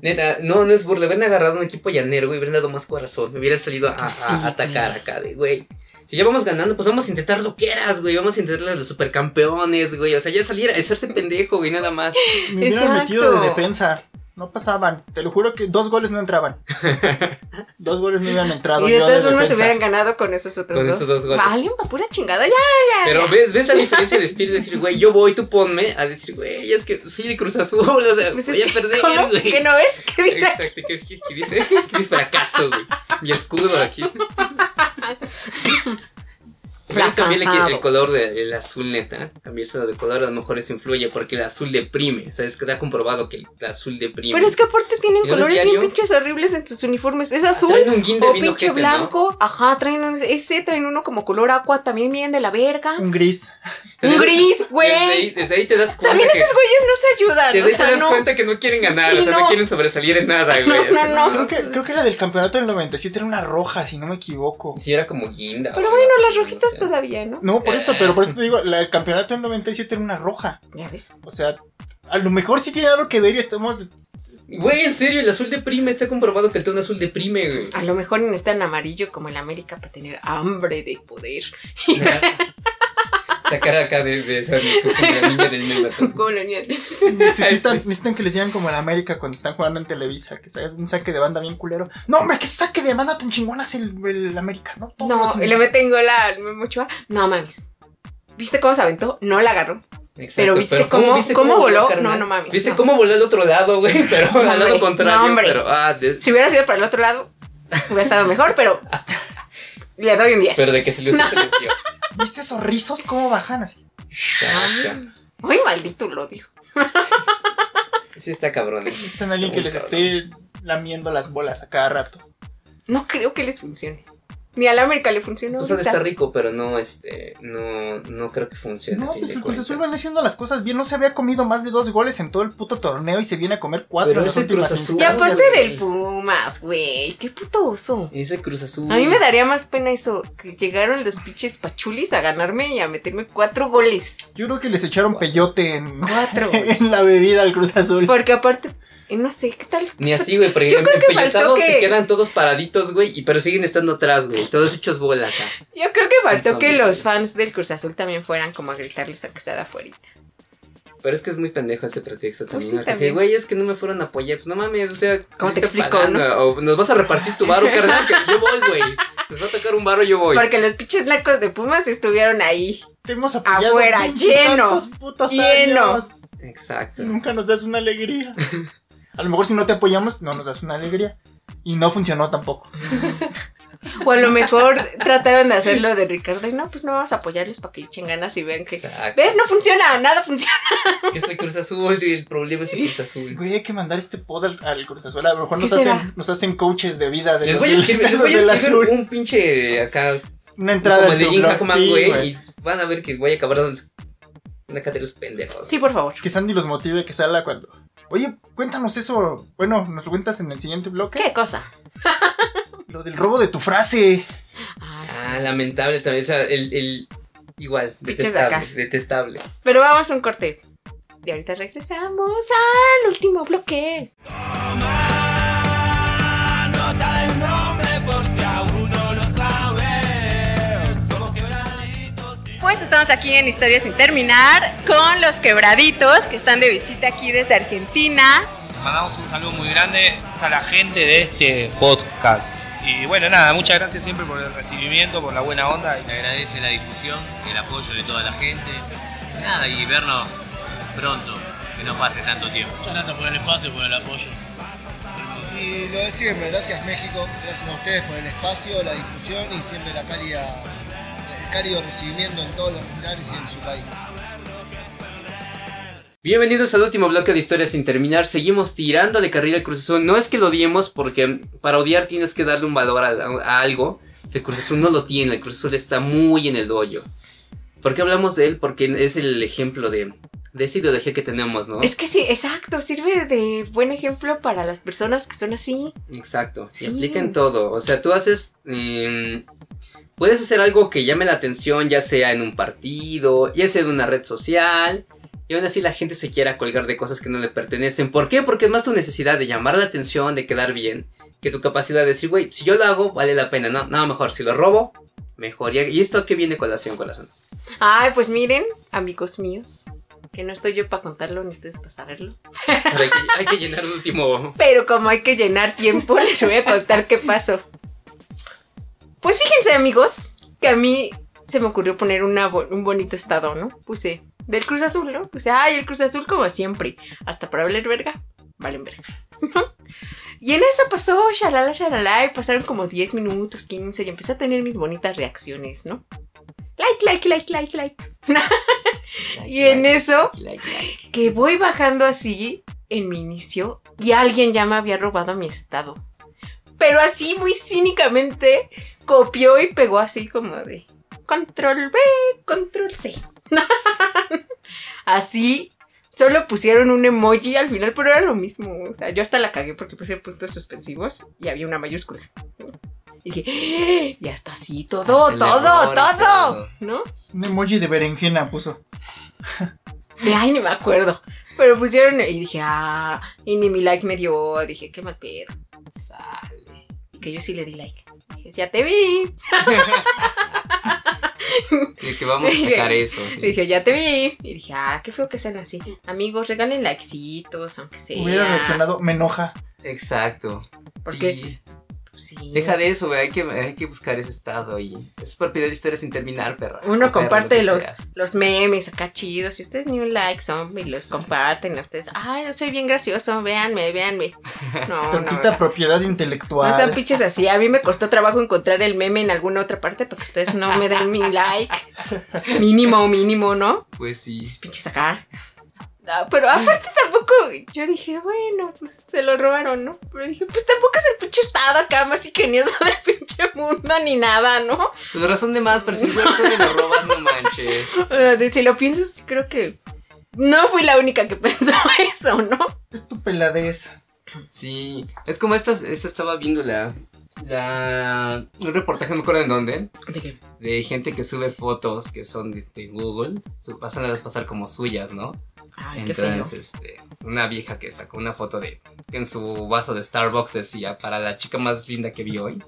Speaker 5: Neta, no, no es burla. Hubieran agarrado un equipo llanero, güey. Hubieran dado más corazón. Me hubieran salido a, a-
Speaker 4: Pues Sí,
Speaker 5: a atacar acá, de güey. Si ya vamos ganando, pues vamos a intentar lo que eras, güey. Vamos a intentar los supercampeones, güey. O sea, ya salir a hacerse pendejo, güey, nada más.
Speaker 1: Me hubieran
Speaker 4: Exacto.
Speaker 1: metido de defensa. No pasaban. Te lo juro que dos goles no entraban. dos goles no hubieran entrado.
Speaker 4: Y de
Speaker 1: yo
Speaker 4: todas
Speaker 1: de
Speaker 4: formas
Speaker 1: defensa.
Speaker 4: hubieran ganado con esos otros
Speaker 5: Con
Speaker 4: dos.
Speaker 5: esos dos goles.
Speaker 4: Vale, una pura chingada, ya, ya.
Speaker 5: Pero ves, ves la diferencia de espíritu. de Decir, güey, yo voy, tú ponme. A decir, güey, es que sí, Cruz Azul. O sea,
Speaker 4: Pues
Speaker 5: voy
Speaker 4: es
Speaker 5: a
Speaker 4: que,
Speaker 5: perder,
Speaker 4: ¿cómo?
Speaker 5: güey.
Speaker 4: ¿Que no es? ¿Qué dice?
Speaker 5: Exacto, ¿qué, qué, qué dice? ¿Qué dice fracaso, güey? Mi escudo aquí. Pero cambié el,
Speaker 4: Fracasado.
Speaker 5: el color del azul, neta. Cambié el de color, a lo mejor eso influye porque el azul deprime. ¿Sabes? Que está comprobado que el azul deprime.
Speaker 4: Pero es que aparte tienen
Speaker 5: ¿Y no es
Speaker 4: colores bien
Speaker 5: diario?
Speaker 4: pinches horribles en sus uniformes. Es
Speaker 5: Ah,
Speaker 4: azul.
Speaker 5: Traen un guinde
Speaker 4: O
Speaker 5: bien
Speaker 4: pinche
Speaker 5: ojete,
Speaker 4: blanco. Ajá, traen un- ese, traen uno como color aqua también bien de la verga.
Speaker 5: Mm,
Speaker 1: Un gris.
Speaker 5: ¿no?
Speaker 4: Un gris, güey.
Speaker 5: Desde ahí, desde ahí te das cuenta
Speaker 4: También
Speaker 5: que...
Speaker 4: esos güeyes no se ayudan.
Speaker 5: Desde
Speaker 4: o
Speaker 5: ahí
Speaker 4: sea,
Speaker 5: te das
Speaker 4: no.
Speaker 5: cuenta que no quieren ganar,
Speaker 4: Sí,
Speaker 5: o sea, no.
Speaker 4: no.
Speaker 5: quieren sobresalir en nada,
Speaker 4: No,
Speaker 5: güey. o sea,
Speaker 4: no, no.
Speaker 1: Creo que, creo que la del campeonato del 97 era una roja, si no me equivoco.
Speaker 5: Sí, era como guinda.
Speaker 4: Pero
Speaker 5: o algo
Speaker 4: bueno,
Speaker 5: así,
Speaker 4: las
Speaker 5: no
Speaker 4: rojitas
Speaker 5: sé.
Speaker 4: todavía, ¿no?
Speaker 1: No, por eso, pero por eso te digo, la del campeonato del 97 era una roja.
Speaker 4: Ya ves.
Speaker 1: O sea, a lo mejor sí tiene algo que ver y estamos...
Speaker 5: Güey, en serio, el azul deprime. Está comprobado que el tono azul deprime, güey.
Speaker 4: A lo mejor no es tan amarillo como el América para tener hambre de poder.
Speaker 5: La cara acá de, de esa niña, como la niña del Melmaton.
Speaker 4: Como la niña.
Speaker 1: Necesitan, necesitan que les digan como en América cuando están jugando en Televisa, que sea un saque de banda bien culero. No, hombre, que saque de banda
Speaker 4: Pues
Speaker 1: tan chingón hace el, el América, ¿no? Todos
Speaker 4: No,
Speaker 1: los-
Speaker 4: y le meten gol al Memo Ochoa. No mames. ¿Viste cómo se aventó? No la agarró.
Speaker 5: Exacto,
Speaker 4: Pero ¿viste cómo- cómo voló?
Speaker 5: carnal?
Speaker 4: No, no mames,
Speaker 5: ¿Viste
Speaker 4: no.
Speaker 5: cómo voló al otro lado, güey? Pero
Speaker 4: No,
Speaker 5: al lado
Speaker 4: hombre,
Speaker 5: contrario.
Speaker 4: no, hombre.
Speaker 5: Pero, ah, de-
Speaker 4: Si hubiera sido para el otro lado, hubiera estado mejor, pero le doy un 10.
Speaker 5: pero de que se le usó, se le usó.
Speaker 1: ¿Viste esos rizos cómo bajan así?
Speaker 4: Ah,
Speaker 5: Exacto.
Speaker 4: Muy maldito lo dijo.
Speaker 5: Sí está cabrón. ¿eh?
Speaker 1: Está en alguien que les esté lamiendo las bolas a cada rato.
Speaker 4: No creo que les funcione. Ni a la América le funcionó.
Speaker 5: O sea,
Speaker 4: ahorita.
Speaker 5: está rico, pero no, este, no, no creo que funcione.
Speaker 1: No,
Speaker 5: a fin
Speaker 1: pues
Speaker 5: de
Speaker 1: el Cruz Azul
Speaker 5: cuentas.
Speaker 1: venía haciendo las cosas bien. No se había comido más de dos goles en todo el puto torneo y se viene a comer cuatro
Speaker 5: Pero
Speaker 1: en las
Speaker 5: ese
Speaker 1: últimas
Speaker 5: Cruz Azul-
Speaker 4: y
Speaker 1: instancias.
Speaker 4: aparte
Speaker 5: Gracias, güey.
Speaker 4: del Pumas, güey. Qué puto oso.
Speaker 5: Ese Cruz Azul.
Speaker 4: A mí me daría más pena eso, que llegaron los pinches pachulis a ganarme y a meterme cuatro goles.
Speaker 1: Yo creo que les echaron peyote en,
Speaker 4: Cuatro. güey.
Speaker 1: en la bebida al Cruz Azul.
Speaker 4: Porque aparte, eh, no sé, ¿qué tal?
Speaker 5: Ni así, güey, porque
Speaker 4: Yo creo que
Speaker 5: empelletados
Speaker 4: faltó que-
Speaker 5: se quedan todos paraditos, güey, y pero siguen estando atrás, güey. Todos hechos bola acá.
Speaker 4: Yo creo que faltó
Speaker 5: Eso,
Speaker 4: que
Speaker 5: güey.
Speaker 4: los fans del Cruz Azul también fueran como a gritarles a que está de afuera.
Speaker 5: Pero es que es muy pendejo ese pretexto también.
Speaker 4: Pues sí,
Speaker 5: ¿no? Que
Speaker 4: también.
Speaker 5: sí, güey, es que no me fueron a apoyar. Pues no mames, o sea,
Speaker 4: ¿Cómo
Speaker 5: ¿qué
Speaker 4: te
Speaker 5: estás
Speaker 4: explico,
Speaker 5: pagando? O nos vas a repartir tu varo, carnal, que yo voy, güey. Nos va a tocar un varo, yo voy.
Speaker 4: Porque los pinches lacos de Pumas estuvieron ahí.
Speaker 1: Te hemos apoyado
Speaker 4: Afuera, lleno,
Speaker 1: tantos putos
Speaker 4: lleno.
Speaker 1: años.
Speaker 5: Exacto.
Speaker 1: Nunca nos das una alegría. A lo mejor si no te apoyamos, no nos das una alegría. Y no funcionó tampoco.
Speaker 5: Mm.
Speaker 4: O a lo mejor trataron de hacerlo de Ricardo y no, pues no vamos a apoyarlos para que le echen ganas y vean que.
Speaker 5: Exacto.
Speaker 4: ¿Ves? No funciona, nada funciona.
Speaker 5: Es que es el Cruz Azul, y el problema es el Cruz Azul.
Speaker 1: Güey, hay que mandar este pod al, al Cruz Azul. A lo mejor
Speaker 4: ¿Qué
Speaker 1: nos
Speaker 4: será?
Speaker 1: hacen, nos hacen coaches de vida de
Speaker 5: Les
Speaker 1: los
Speaker 5: voy a
Speaker 1: del-
Speaker 5: escribir, les
Speaker 1: los
Speaker 5: voy
Speaker 1: del
Speaker 5: a escribir
Speaker 1: azul.
Speaker 5: un pinche acá,
Speaker 1: Una entrada
Speaker 5: como
Speaker 1: en
Speaker 5: el de
Speaker 1: su
Speaker 5: Jim
Speaker 1: blog.
Speaker 5: Hackman,
Speaker 1: Sí,
Speaker 5: güey,
Speaker 1: güey.
Speaker 5: y van a ver que voy a acabar dando una cátedra de los pendejos.
Speaker 4: Sí, por favor.
Speaker 1: Que Sandy los motive que salga cuando. Oye, cuéntanos eso. Bueno, nos lo cuentas en el siguiente bloque.
Speaker 4: ¿Qué cosa?
Speaker 1: Lo del robo de tu frase.
Speaker 4: Ah, sí.
Speaker 5: Ah, lamentable también, o sea, el, el igual,
Speaker 4: Pinches acá.
Speaker 5: detestable, detestable.
Speaker 4: Pero vamos a un corte. Y ahorita regresamos al último bloque. Pues estamos aquí en Historias sin Terminar con los quebraditos que están de visita aquí desde Argentina.
Speaker 6: Mandamos un saludo muy grande a la gente de este podcast. Y bueno, nada, muchas gracias siempre por el recibimiento, por la buena onda.
Speaker 7: Se agradece la difusión, el apoyo de toda la gente. Y Nada, y vernos pronto, que no pase tanto tiempo.
Speaker 8: Muchas gracias por el espacio, por el apoyo.
Speaker 9: Y lo de siempre, gracias México, gracias a ustedes por el espacio, la difusión y siempre la cálida, el cálido recibimiento en todos los lugares y en su país.
Speaker 5: Bienvenidos al último bloque de historias sin terminar. Seguimos tirándole carril al Cruz Azul. No es que lo odiemos, porque para odiar tienes que darle un valor a, a algo. El Cruz Azul no lo tiene, el Cruz Azul está muy en el hoyo. ¿Por qué hablamos de él? Porque es el ejemplo de, de esta ideología que tenemos, ¿no?
Speaker 4: Es que sí, exacto, sirve de buen ejemplo para las personas que son así.
Speaker 5: Exacto, se
Speaker 4: Sí.
Speaker 5: aplica en todo. O sea, tú haces. em, puedes hacer algo que llame la atención, ya sea en un partido, ya sea en una red social. Y aún así la gente se quiera colgar de cosas que no le pertenecen. ¿Por qué? Porque es más tu necesidad de llamar la atención, de quedar bien, que tu capacidad de decir, güey, si yo lo hago, vale la pena. No, no, mejor, si lo robo, mejor. ¿Y- ¿Y esto qué viene colación, corazón?
Speaker 4: Ay, pues miren, amigos míos, que no estoy yo para contarlo ni ustedes para saberlo.
Speaker 5: Pero hay, que, hay que llenar el último.
Speaker 4: Pero como hay que llenar tiempo, les voy a contar qué pasó. Pues fíjense, amigos, que a mí se me ocurrió poner una bo- un bonito estado, ¿no? Puse del Cruz Azul, ¿no? Puse, ay, el Cruz Azul como siempre. Hasta para hablar verga, valen verga. y en eso pasó, shalala, shalala, y pasaron como 10 minutos, 15, y empecé a tener mis bonitas reacciones, ¿no? Like, like, like, like, like. Y en eso que voy bajando así en mi inicio y alguien ya me había robado mi estado. Pero así muy cínicamente copió y pegó así como de control B, control C. así solo pusieron un emoji al final, pero era lo mismo. O sea, yo hasta la cagué porque puse puntos suspensivos y había una mayúscula. Y dije, "¡Ah! ya está así, todo,
Speaker 5: Hasta el
Speaker 4: todo,
Speaker 5: error,
Speaker 4: todo,
Speaker 5: todo.
Speaker 4: ¿no?
Speaker 1: Un emoji de berenjena puso.
Speaker 4: De, Ay, ni me acuerdo. Pero pusieron y dije, ah, y ni mi like me dio. Dije, qué mal pedo. Y que yo sí le di like. Dije, ya te vi.
Speaker 5: De que vamos a sacar eso. sí.
Speaker 4: Le dije, ya te vi. Y dije, ah, qué feo que sean así. Amigos, regalen likecitos, aunque sea.
Speaker 1: Hubiera reaccionado, me enoja.
Speaker 5: Exacto.
Speaker 4: ¿Por
Speaker 5: Sí.
Speaker 4: qué? Pues Sí.
Speaker 5: Deja de eso, güey. Hay que, hay que buscar ese estado y es propiedad de historias sin terminar, perra.
Speaker 4: Uno
Speaker 5: Perra, lo
Speaker 4: comparte
Speaker 5: que
Speaker 4: los,
Speaker 5: seas.
Speaker 4: los memes acá chidos. Y ustedes ni un like son y los comparten. a Ustedes, ay, yo soy bien gracioso. Véanme, véanme. No, no.
Speaker 1: Tontita
Speaker 4: No
Speaker 1: propiedad
Speaker 4: No sean
Speaker 1: intelectual.
Speaker 4: pinches así. A mí me costó trabajo encontrar el meme en alguna otra parte porque ustedes no me dan mi like. Mínimo, mínimo, ¿no?
Speaker 5: Pues sí.
Speaker 4: Dices, pinches acá. No, pero aparte tampoco, yo dije, bueno, pues se lo robaron, ¿no? Pero dije, pues tampoco es el pinche estado acá más ingenioso del pinche mundo ni nada, ¿no?
Speaker 5: Pues razón de más, pero si yo creo que lo robas, no manches.
Speaker 4: O sea, de- si lo piensas, creo que no fui la única que pensó eso, ¿no?
Speaker 1: Es tu peladez.
Speaker 5: Sí, es como esta, esta estaba viendo la, la, un reportaje, no me acuerdo en dónde,
Speaker 4: ¿De qué?
Speaker 5: de gente que sube fotos que son de, de Google, su- pasan a las pasar como suyas, ¿no?
Speaker 4: Ay, qué feo.
Speaker 5: Entonces, este, una vieja que sacó una foto de, que en su vaso de Starbucks decía, para la chica más linda que vi hoy.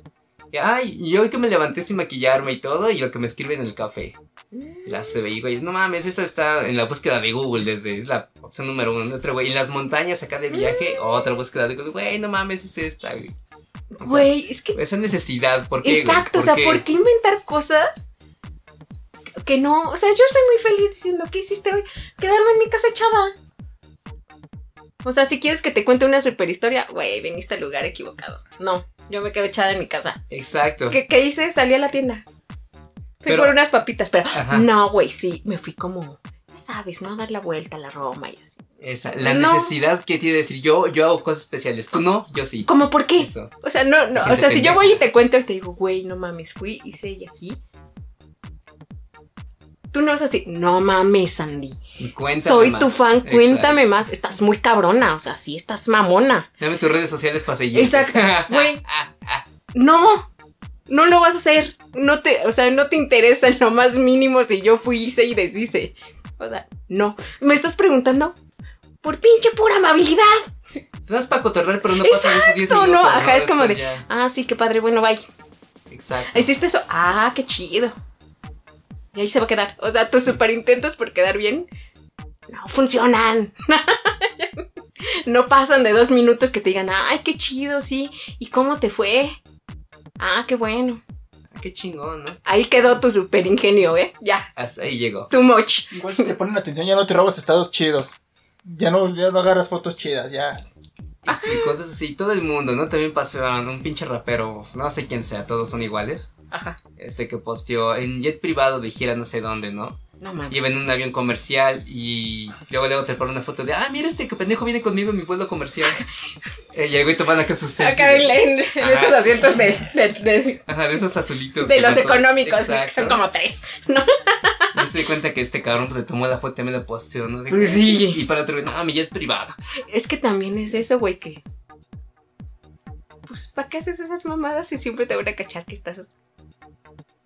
Speaker 5: Y, Ay, y hoy que me levanté sin maquillarme y todo, y lo que me escribe en el café. La CBI, güey, no mames, esa está en la búsqueda de Google desde, es la opción número uno, otra, güey, y las montañas acá de viaje,
Speaker 4: Mm.
Speaker 5: otra búsqueda de Google, güey, no mames, es esta, güey. O sea,
Speaker 4: Güey, es que...
Speaker 5: esa necesidad, ¿por qué? güey?
Speaker 4: Exacto, o sea,
Speaker 5: qué?
Speaker 4: ¿por qué inventar cosas que no... O sea, yo soy muy feliz diciendo, ¿qué hiciste hoy? Quedarme en mi casa echada. O sea, si quieres que te cuente una superhistoria, güey, viniste al lugar equivocado. No, yo me quedo echada en mi casa.
Speaker 5: Exacto.
Speaker 4: ¿Qué, qué hice? Salí a la tienda. Fui
Speaker 5: Pero-
Speaker 4: por unas papitas, pero...
Speaker 5: Ajá.
Speaker 4: No, güey, sí, me fui como... Ya sabes, ¿no? A dar la vuelta a la Roma y así.
Speaker 5: Esa, la
Speaker 4: No.
Speaker 5: necesidad que tiene de decir, yo, yo hago cosas especiales, tú no, yo sí.
Speaker 4: ¿Cómo por qué?
Speaker 5: Eso.
Speaker 4: O sea, no, no.
Speaker 5: Gente
Speaker 4: O sea, si
Speaker 5: pendeja.
Speaker 4: yo voy y te cuento y te digo, güey, no mames, fui, hice y así. Tú no vas así, no mames, Sandy.
Speaker 5: Y cuéntame
Speaker 4: Soy
Speaker 5: más.
Speaker 4: tu fan,
Speaker 5: Exacto.
Speaker 4: cuéntame más. Estás muy cabrona, o sea, sí, estás mamona.
Speaker 5: Dame tus redes sociales para seguir.
Speaker 4: Exacto, güey. No, no lo vas a hacer. No te, o sea, no te interesa en lo más mínimo si yo fui, hice y deshice. O sea, no. Me estás preguntando por pinche pura amabilidad.
Speaker 5: No es para cotorrear, pero no pasa esos 10
Speaker 4: Exacto,
Speaker 5: minutos.
Speaker 4: no, ajá, es como
Speaker 5: Después
Speaker 4: de-
Speaker 5: ya.
Speaker 4: Ah, sí, qué padre, bueno, bye.
Speaker 5: Exacto.
Speaker 4: ¿Hiciste eso? Ah, qué chido. Y ahí se va a quedar. O sea, tus super intentos por quedar bien no funcionan. no pasan de dos minutos que te digan, ay, qué chido, sí. ¿Y cómo te fue? Ah, qué bueno.
Speaker 5: Ah, Qué chingón, ¿no?
Speaker 4: Ahí quedó tu super ingenio, ¿eh? Ya,
Speaker 5: Hasta ahí llegó.
Speaker 4: too much.
Speaker 1: Igual si te ponen atención ya no te robas estados chidos. Ya no, ya no agarras fotos chidas, ya.
Speaker 5: Y cosas así. Todo el mundo, ¿no? También pasó a un pinche rapero, no sé quién sea, todos son iguales.
Speaker 4: Ajá.
Speaker 5: Este que posteó en jet privado de gira no sé dónde, ¿no?
Speaker 4: No mames.
Speaker 5: Lleva en un avión comercial y luego luego te ponen una foto de, ah, mira este que pendejo viene conmigo en mi vuelo comercial. Eh, y el güey tomando acá su selfie.
Speaker 4: Acá en, en- en
Speaker 5: Ajá.
Speaker 4: esos asientos de, de- de-
Speaker 5: Ajá, de esos azulitos.
Speaker 4: de
Speaker 5: que
Speaker 4: los
Speaker 5: van todos-
Speaker 4: económicos, que
Speaker 5: Exacto.
Speaker 4: son como tres.
Speaker 5: Y se di cuenta que este cabrón pues, le tomó la foto y también la posteó, ¿no? De-
Speaker 4: Pues sí.
Speaker 5: Y para otro, güey, no, mi jet privado.
Speaker 4: Es que también es eso, güey, que. Pues, ¿para qué haces esas mamadas si siempre te van a cachar que estás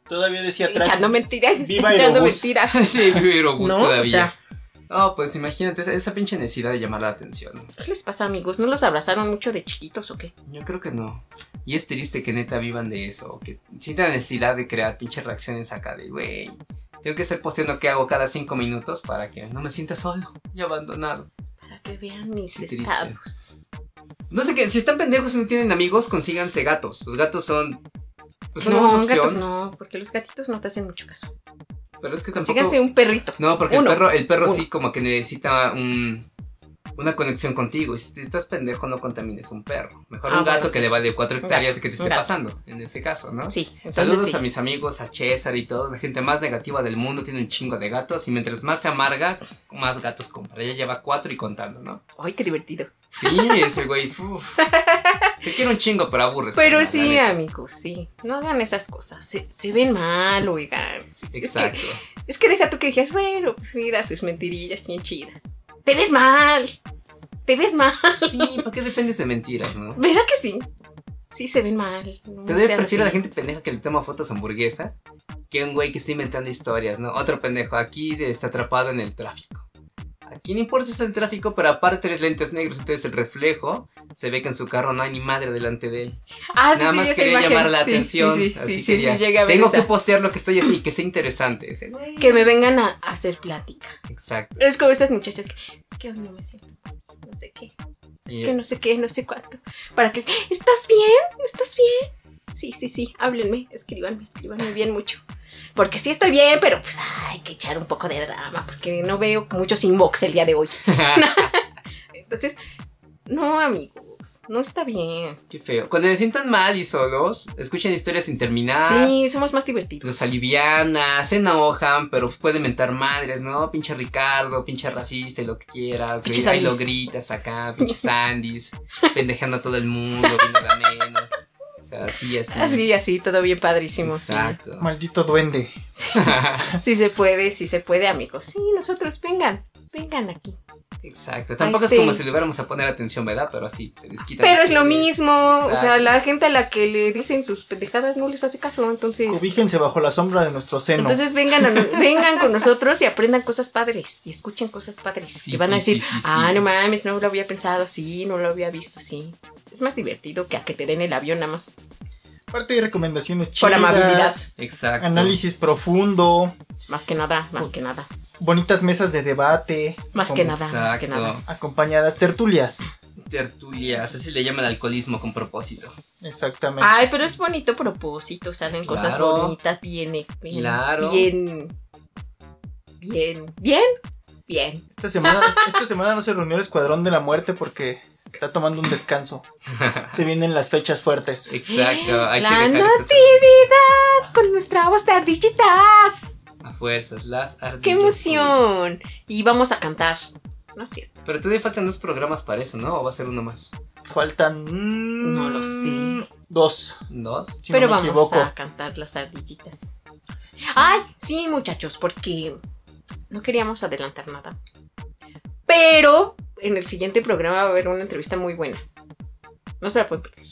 Speaker 1: Todavía decía atrás.
Speaker 4: echando mentiras?
Speaker 1: Viva
Speaker 4: echando
Speaker 1: Aerobús.
Speaker 4: mentiras.
Speaker 5: Sí, pero gusto
Speaker 4: No, o
Speaker 5: todavía.
Speaker 4: sea,
Speaker 5: No, pues imagínate esa, esa pinche necesidad de llamar la atención.
Speaker 4: ¿qué les pasa, amigos? ¿No los abrazaron mucho de chiquitos o qué?
Speaker 5: Yo creo que no. Y es triste que neta vivan de eso, que sientan necesidad de crear pinches reacciones acá de, güey, tengo que estar posteando qué hago cada cinco minutos para que no me sienta solo y abandonado.
Speaker 4: Para que vean mis
Speaker 5: Qué triste.
Speaker 4: estados.
Speaker 5: No sé qué, si están pendejos y no tienen amigos, consíganse gatos. Los gatos son... Pues son una
Speaker 4: No,
Speaker 5: opción,
Speaker 4: gatos no, porque los gatitos no te hacen mucho caso.
Speaker 5: pero es que tampoco...
Speaker 4: Consíganse un perrito.
Speaker 5: No, porque
Speaker 4: Uno.
Speaker 5: el perro, el perro
Speaker 4: Uno.
Speaker 5: sí como que necesita un, una conexión contigo. Y si te estás pendejo, no contamines un perro. Mejor
Speaker 4: Ah,
Speaker 5: un gato
Speaker 4: bueno,
Speaker 5: que
Speaker 4: sí.
Speaker 5: le vale cuatro
Speaker 4: Un
Speaker 5: hectáreas
Speaker 4: gato,
Speaker 5: que te
Speaker 4: un
Speaker 5: esté
Speaker 4: gato.
Speaker 5: pasando, en ese caso, ¿no?
Speaker 4: Sí, entonces
Speaker 5: Saludos
Speaker 4: sí.
Speaker 5: a mis amigos, a César y todo, la gente más negativa del mundo tiene un chingo de gatos y mientras más se amarga, más gatos compra. Ella lleva cuatro y contando, ¿no?
Speaker 4: Ay, qué divertido.
Speaker 5: Sí, ese güey, uf. Te quiero un chingo, pero aburres.
Speaker 4: Pero
Speaker 5: carnal, Pues, la
Speaker 4: sí,
Speaker 5: neta.
Speaker 4: amigos, sí. No hagan esas cosas. Se, se ven mal, oigan. Sí, es que-
Speaker 5: Exacto.
Speaker 4: Es que deja tú que dijeras, bueno, pues mira, sus mentirillas bien chidas. Te ves mal. Te ves mal.
Speaker 5: Sí, ¿por qué dependes de mentiras, no?
Speaker 4: ¿Verdad que sí? Sí, se ven mal. No
Speaker 5: Te debe
Speaker 4: sean
Speaker 5: preferir a la
Speaker 4: así.
Speaker 5: gente pendeja que le toma fotos a hamburguesa que un güey que está inventando historias, ¿no? Otro pendejo aquí está atrapado en el tráfico. Aquí no importa si está en tráfico, pero aparte tres lentes negros, entonces el reflejo se ve que en su carro no hay ni madre delante de él.
Speaker 4: Ah, sí,
Speaker 5: Nada
Speaker 4: sí,
Speaker 5: más
Speaker 4: esa
Speaker 5: quería
Speaker 4: imagen.
Speaker 5: llamar la
Speaker 4: Sí,
Speaker 5: atención.
Speaker 4: Sí, sí,
Speaker 5: así
Speaker 4: sí, sí,
Speaker 5: quería.
Speaker 4: sí, llegué a ver
Speaker 5: Tengo
Speaker 4: esa.
Speaker 5: que postear lo que estoy haciendo y que sea interesante. ese güey.
Speaker 4: Que me vengan a a hacer plática.
Speaker 5: Exacto.
Speaker 4: Es como estas muchachas que, es que hoy no me siento, no sé qué.
Speaker 5: Y-
Speaker 4: que no sé qué, no sé cuánto. Para que, ¿estás bien? ¿Estás bien? Sí, sí, sí, háblenme, escríbanme, escríbanme bien mucho. Porque sí estoy bien, pero pues hay que echar un poco de drama, porque no veo muchos inbox el día de hoy. Entonces, no, amigos, no está bien.
Speaker 5: Qué feo. Cuando se sientan mal y solos, escuchen historias sin terminar.
Speaker 4: Sí, somos más divertidos.
Speaker 5: Los alivianan, se enojan, pero pueden mentar madres, ¿no? Pinche Ricardo, pinche racista y lo que quieras.
Speaker 4: Pinche
Speaker 5: güey. Ahí lo
Speaker 4: Sandys.
Speaker 5: gritas acá, pinche Sandys, pendejando a todo el mundo, viéndola menos. O sea, así, así.
Speaker 4: Así, así, todo bien padrísimo. sí.
Speaker 5: Exacto.
Speaker 1: Maldito duende.
Speaker 4: Sí se puede, sí se puede, amigos. Sí, nosotros, vengan, vengan aquí.
Speaker 5: Exacto. Tampoco
Speaker 4: Ay,
Speaker 5: es como
Speaker 4: sí.
Speaker 5: si le hubiéramos a poner atención, ¿verdad? Pero así, se les quita.
Speaker 4: Este Pero es lo mismo, o sea,
Speaker 5: Exacto.
Speaker 4: la gente a la que le dicen sus pendejadas no les hace caso, entonces...
Speaker 1: Cobíjense bajo la sombra de nuestro seno.
Speaker 4: Entonces vengan, a no- vengan con nosotros y aprendan cosas padres y escuchen cosas padres.
Speaker 5: Sí,
Speaker 4: y van a
Speaker 5: sí,
Speaker 4: decir,
Speaker 5: sí, sí, sí.
Speaker 4: ah, no mames, no lo había pensado así, no lo había visto así. Es más divertido que a que te den el avión nada más.
Speaker 1: Aparte de recomendaciones
Speaker 4: Por
Speaker 1: chidas.
Speaker 4: amabilidad,
Speaker 5: Exacto.
Speaker 1: Análisis profundo.
Speaker 4: más que nada, más que nada,
Speaker 1: Bonitas mesas de debate.
Speaker 4: más
Speaker 1: con-
Speaker 4: que nada, más que nada.
Speaker 5: Exacto.
Speaker 1: Acompañadas tertulias.
Speaker 5: Tertulias, así le llaman alcoholismo con propósito.
Speaker 1: Exactamente.
Speaker 4: Ay, pero es bonito propósito, salen cosas
Speaker 5: Claro.
Speaker 4: bonitas, bien, eh, bien,
Speaker 5: Claro.
Speaker 4: bien, bien, bien, bien.
Speaker 1: Esta semana, esta semana no se reunió el Escuadrón de la Muerte porque está tomando un descanso. Se vienen las fechas fuertes.
Speaker 5: Exacto, hay
Speaker 4: La
Speaker 5: que dejar estas
Speaker 4: natividad con nuestra voz de ardillitas.
Speaker 5: A fuerzas, las ardillas.
Speaker 4: ¡Qué emoción! Y vamos a cantar. No es cierto.
Speaker 5: Pero todavía faltan dos programas para eso, ¿no? ¿O va a ser uno más?
Speaker 1: Faltan. mm,
Speaker 4: No lo sé.
Speaker 1: Dos.
Speaker 5: ¿Dos?
Speaker 1: Si
Speaker 4: Pero
Speaker 1: no me
Speaker 4: vamos
Speaker 1: equivoco.
Speaker 4: a cantar las ardillitas. Ay, sí, muchachos, porque no queríamos adelantar nada. Pero en el siguiente programa va a haber una entrevista muy buena. No se la pueden perder.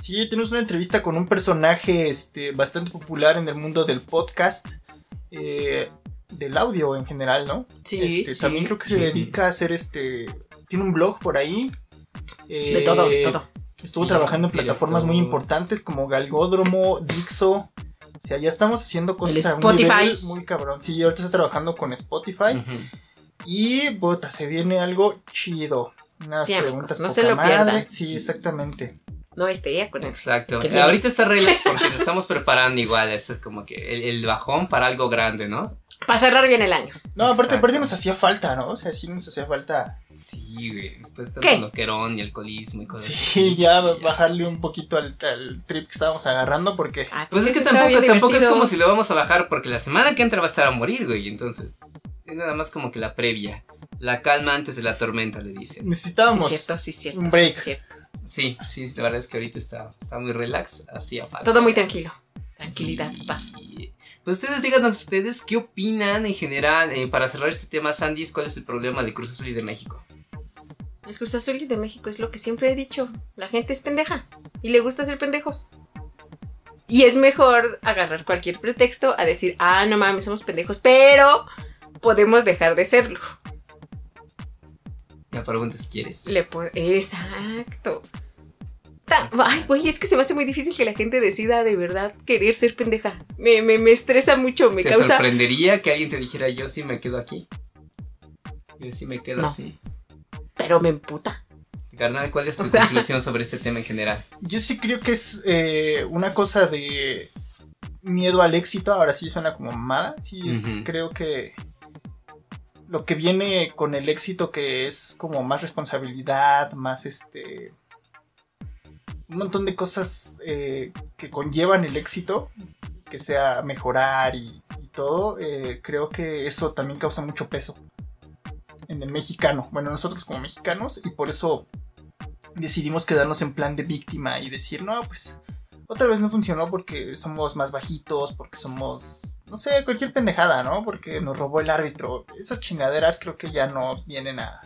Speaker 1: Sí, tenemos una entrevista con un personaje este, bastante popular en el mundo del podcast, eh, del audio en general, ¿no?
Speaker 4: Sí,
Speaker 1: Este,
Speaker 4: sí.
Speaker 1: También creo que se
Speaker 5: Sí.
Speaker 1: dedica a hacer este. Tiene un blog por ahí. Eh,
Speaker 4: De todo, de todo.
Speaker 1: Estuvo
Speaker 5: Sí,
Speaker 1: trabajando en
Speaker 5: es cierto.
Speaker 1: plataformas muy importantes como Galgódromo, Dixo. O sea, ya estamos haciendo cosas
Speaker 4: El
Speaker 1: a un
Speaker 4: Spotify.
Speaker 1: nivel muy cabrón. Sí, ahorita está trabajando con Spotify.
Speaker 5: Ujú.
Speaker 1: Y, puta, se viene algo chido. Unas
Speaker 4: Sí, amigos,
Speaker 1: preguntas
Speaker 4: no
Speaker 1: poca
Speaker 4: se lo
Speaker 1: madre.
Speaker 4: pierdan.
Speaker 1: Sí, exactamente.
Speaker 4: No este día con eso.
Speaker 5: Exacto.
Speaker 4: Qué
Speaker 5: Eh,
Speaker 4: bien.
Speaker 5: ahorita está relax porque nos estamos preparando igual. Eso es como que el, el bajón para algo grande, ¿no?
Speaker 4: Para cerrar bien el año.
Speaker 1: No, aparte,
Speaker 5: Exacto.
Speaker 1: aparte nos hacía falta, ¿no? O sea, sí nos hacía falta.
Speaker 5: Sí, güey. Después está
Speaker 4: ¿Qué?
Speaker 5: el loquerón y alcoholismo y cosas así.
Speaker 1: Sí, ya
Speaker 5: Y
Speaker 1: bajarle un poquito al, al trip que estábamos agarrando porque...
Speaker 4: Ah,
Speaker 5: Pues es que
Speaker 4: eso estaba
Speaker 5: tampoco,
Speaker 4: bien
Speaker 5: tampoco es
Speaker 4: divertido.
Speaker 5: como si lo vamos a bajar porque la semana que entra va a estar a morir, güey. Entonces, es nada más como que la previa. La calma antes de la tormenta, le dicen.
Speaker 1: Necesitábamos.
Speaker 4: Sí, cierto, sí, cierto.
Speaker 1: Un break.
Speaker 4: sí, cierto.
Speaker 5: Sí, sí, la verdad es que ahorita está, está muy relax. Así a
Speaker 4: Todo muy tranquilo. Tranquilidad,
Speaker 5: Y-
Speaker 4: paz.
Speaker 5: Pues ustedes díganos ustedes qué opinan en general eh, para cerrar este tema, Sandy, cuál es el problema de Cruz Azul y de México.
Speaker 4: El Cruz Azul y de México es lo que siempre he dicho. La gente es pendeja y le gusta ser pendejos. Y es mejor agarrar cualquier pretexto a decir, ah, no mames, somos pendejos, pero podemos dejar de serlo.
Speaker 5: La pregunta es ¿quieres?
Speaker 4: Le pon- Exacto. Ta- Ay, güey, es que se me hace muy difícil que la gente decida de verdad querer ser pendeja. Me, me, me estresa mucho, me
Speaker 5: ¿Te
Speaker 4: causa...
Speaker 5: sorprendería que alguien te dijera yo sí me quedo aquí? Yo sí me quedo
Speaker 4: No.
Speaker 5: así.
Speaker 4: Pero me emputa.
Speaker 5: Carnal, ¿cuál es tu
Speaker 4: O sea.
Speaker 5: conclusión sobre este tema en general?
Speaker 1: Yo sí creo que es eh, una cosa de miedo al éxito. Ahora sí suena como mamada. Sí, es-
Speaker 5: Ujú.
Speaker 1: creo que lo que viene con el éxito que es como más responsabilidad, más este... Un montón de cosas eh, que conllevan el éxito, que sea mejorar y, y todo, eh, creo que eso también causa mucho peso en el mexicano. Bueno, nosotros como mexicanos y por eso decidimos quedarnos en plan de víctima y decir, no, pues otra vez no funcionó porque somos más bajitos, porque somos, no sé, cualquier pendejada, ¿no? Porque nos robó el árbitro. Esas chingaderas creo que ya no vienen a,